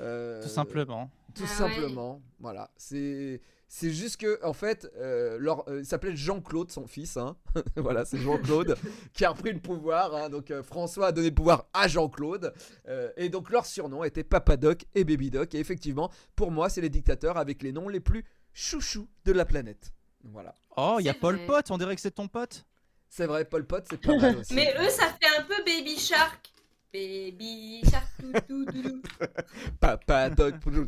Speaker 1: Euh,
Speaker 3: Tout simplement.
Speaker 1: tout
Speaker 4: Ah ouais.
Speaker 1: simplement. Voilà. C'est c'est juste que en fait, euh, leur- euh, il s'appelait Jean-Claude son fils. hein. voilà, c'est Jean-Claude qui a repris le pouvoir. hein. Donc euh, François a donné le pouvoir à Jean-Claude. Euh, et donc leur surnom était Papa Doc et Baby Doc. Et effectivement, pour moi, c'est les dictateurs avec les noms les plus chouchous de la planète. Voilà.
Speaker 3: Oh, il y a
Speaker 4: C'est
Speaker 3: Paul
Speaker 4: vrai.
Speaker 3: Pot, on dirait que c'est ton pote.
Speaker 1: C'est vrai, Paul Pot, c'est pas mal aussi.
Speaker 4: Mais eux, ça fait un peu Baby Shark. Baby Shark. tout, tout, tout, tout,
Speaker 1: Papa Doc,
Speaker 4: tout, tout,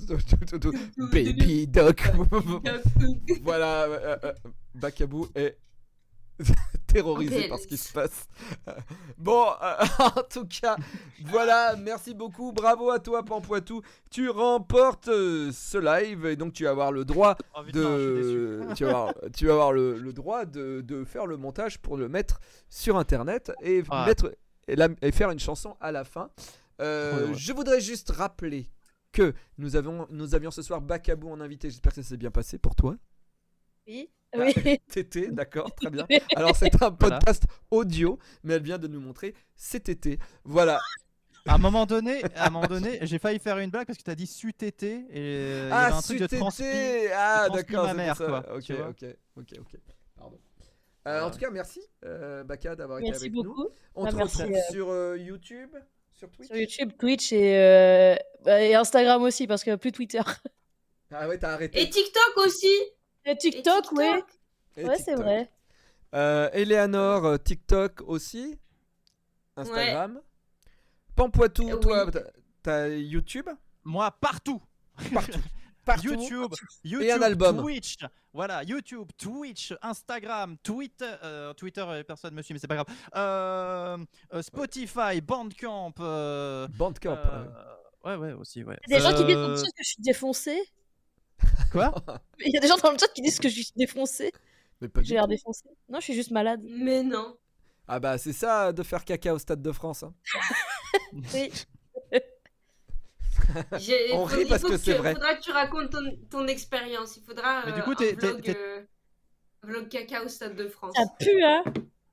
Speaker 1: Baby Doc.
Speaker 4: tout, tout, tout.
Speaker 1: Voilà, euh, euh, Bakabou est terrorisé par ce qui se passe. Bon, euh, en tout cas, voilà, merci beaucoup, bravo à toi Pampoitou, tu remportes euh, ce live et donc tu vas avoir le droit
Speaker 3: Oh, putain, je suis déçu.
Speaker 1: de... Tu vas avoir, tu vas avoir le, le droit de, de faire le montage pour le mettre sur Internet et,
Speaker 3: Ah.
Speaker 1: mettre, et, la- et faire une chanson à la fin. Euh,
Speaker 3: Trop heureux.
Speaker 1: je voudrais juste rappeler que nous, avons, nous avions ce soir Bakabou en invité, j'espère que ça s'est bien passé pour toi.
Speaker 2: Oui.
Speaker 1: Ah.
Speaker 2: Oui.
Speaker 1: Tété, d'accord, très bien. Alors c'est un podcast audio, mais elle vient de nous montrer cet été. Voilà.
Speaker 3: À un moment donné, à un moment donné, j'ai failli faire une blague parce que t'as dit su-tété et euh, il y avait un truc de
Speaker 1: sous-tété,
Speaker 3: transpi.
Speaker 1: Ah
Speaker 3: de transpi
Speaker 1: d'accord,
Speaker 3: ma
Speaker 1: c'est pour
Speaker 3: mère,
Speaker 1: ça.
Speaker 3: quoi,
Speaker 1: Ok,
Speaker 3: tu vois.
Speaker 1: ok, ok, ok. Pardon. Euh, en
Speaker 3: Voilà.
Speaker 1: tout cas, merci euh, Baka d'avoir été
Speaker 2: Merci
Speaker 1: avec nous.
Speaker 2: beaucoup.
Speaker 1: On
Speaker 2: Ah,
Speaker 1: te
Speaker 2: merci,
Speaker 1: retrouve
Speaker 2: euh,
Speaker 1: sur euh, YouTube, sur Twitch.
Speaker 2: Sur YouTube, Twitch et, euh, bah, et Instagram aussi, parce que plus Twitter.
Speaker 1: Ah ouais, t'as arrêté.
Speaker 4: Et TikTok aussi.
Speaker 2: Et
Speaker 4: Et
Speaker 2: TikTok, oui. ouais.
Speaker 1: Et
Speaker 2: Ouais, c'est
Speaker 1: TikTok.
Speaker 2: vrai.
Speaker 1: Euh, Eleanor, euh, TikTok aussi. Instagram. Pampoitou,
Speaker 4: Euh,
Speaker 1: toi,
Speaker 4: oui.
Speaker 1: t'as- t'as YouTube
Speaker 3: Moi, partout
Speaker 1: Partout. Partout.
Speaker 3: YouTube, YouTube,
Speaker 1: un album.
Speaker 3: Twitch, voilà, YouTube, Twitch, Instagram, Twitter, euh, Twitter, euh, personne me suit, mais c'est pas grave. Euh, euh, Spotify, Bandcamp. euh,
Speaker 1: Bandcamp.
Speaker 3: euh, ouais, ouais, aussi, ouais.
Speaker 2: Il y a des gens qui disent dans
Speaker 3: Euh,
Speaker 2: le chat que je suis défoncé.
Speaker 3: Quoi
Speaker 2: Il y a des gens dans le chat qui disent que je suis défoncé.
Speaker 1: Mais pas du
Speaker 2: J'ai l'air défoncé. Non, je suis juste malade.
Speaker 4: Mais non.
Speaker 1: Ah bah c'est ça de faire caca au Stade de France. hein.
Speaker 2: Oui.
Speaker 4: J'ai-
Speaker 1: On
Speaker 4: faut-
Speaker 1: rit
Speaker 4: il
Speaker 1: parce
Speaker 4: faut
Speaker 1: que c'est
Speaker 4: tu-
Speaker 1: vrai.
Speaker 4: faudra que tu racontes ton, ton expérience. Il faudra
Speaker 3: Mais du
Speaker 4: euh,
Speaker 3: coup,
Speaker 4: un
Speaker 3: t'es- t'es-
Speaker 4: vlog,
Speaker 3: t'es-
Speaker 4: euh, vlog caca au Stade de France.
Speaker 2: Ça pue, hein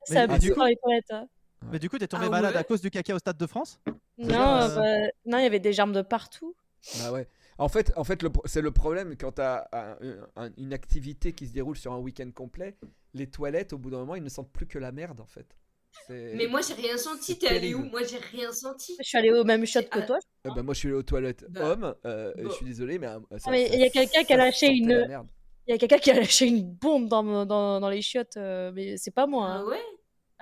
Speaker 2: Ça
Speaker 3: Mais-
Speaker 1: ah,
Speaker 2: pue
Speaker 1: du
Speaker 2: dans les toilettes. hein.
Speaker 3: Mais du coup, t'es tombé
Speaker 4: Ah
Speaker 3: malade
Speaker 4: ouais
Speaker 3: à cause du caca au Stade de France
Speaker 2: Non,
Speaker 3: Euh,
Speaker 2: bah, non, il y avait des germes de partout.
Speaker 1: Bah ouais. En fait, en fait le pro- c'est le problème quand t'as un- un- une activité qui se déroule sur un week-end complet, les toilettes au bout d'un moment ils ne sentent plus que la merde en fait. C'est-
Speaker 4: Mais moi, j'ai rien senti.
Speaker 1: C'est
Speaker 4: T'es allé
Speaker 1: terrible.
Speaker 4: où Moi, j'ai rien senti.
Speaker 2: Je suis allée au même shot que
Speaker 4: Ah,
Speaker 2: toi.
Speaker 1: Eh ben, moi je suis allé aux toilettes
Speaker 4: Bah.
Speaker 1: homme, euh, et
Speaker 4: Bah.
Speaker 1: je suis désolé mais... euh, ça-
Speaker 2: Ah, mais
Speaker 1: ça-
Speaker 2: il y a quelqu'un qui a
Speaker 1: ça
Speaker 2: lâché
Speaker 1: sentait
Speaker 2: une-
Speaker 1: la merde.
Speaker 2: Il y a quelqu'un qui a lâché une bombe dans, mon- dans, dans les chiottes, euh, mais c'est pas moi.
Speaker 4: Ah
Speaker 2: hein.
Speaker 4: ouais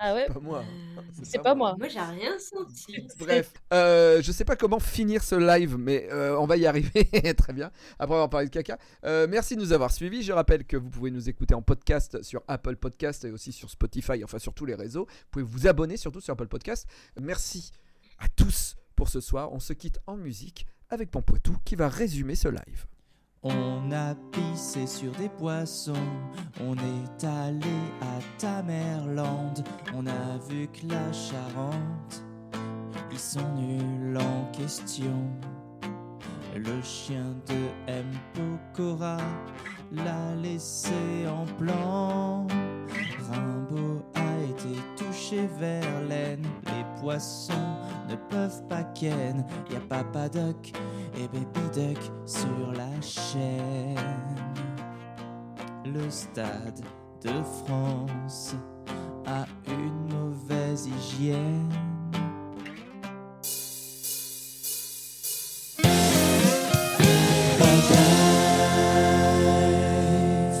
Speaker 2: Ah ouais
Speaker 1: Pas moi. hein.
Speaker 2: C'est pas moi.
Speaker 4: Moi, j'ai rien senti.
Speaker 1: Bref, euh, je sais pas comment finir ce live, mais euh, on va y arriver très bien après avoir parlé de caca. Euh, merci de nous avoir suivis. Je rappelle que vous pouvez nous écouter en podcast sur Apple Podcast et aussi sur Spotify, enfin sur tous les réseaux. Vous pouvez vous abonner surtout sur Apple Podcast. Merci à tous pour ce soir. On se quitte en musique avec Pampoitou qui va résumer ce live.
Speaker 8: On a pissé sur des poissons, on est allé à Tamerlande, on a vu que la Charente, ils sont nuls en question. Le chien de M. Pokora l'a laissé en plan. Rimbaud a été touché vers l'aine, les poissons ne peuvent pas ken, y a Papa Duck et Baby Duck sur la chaîne. Le stade de France a une mauvaise hygiène. Bye-bye.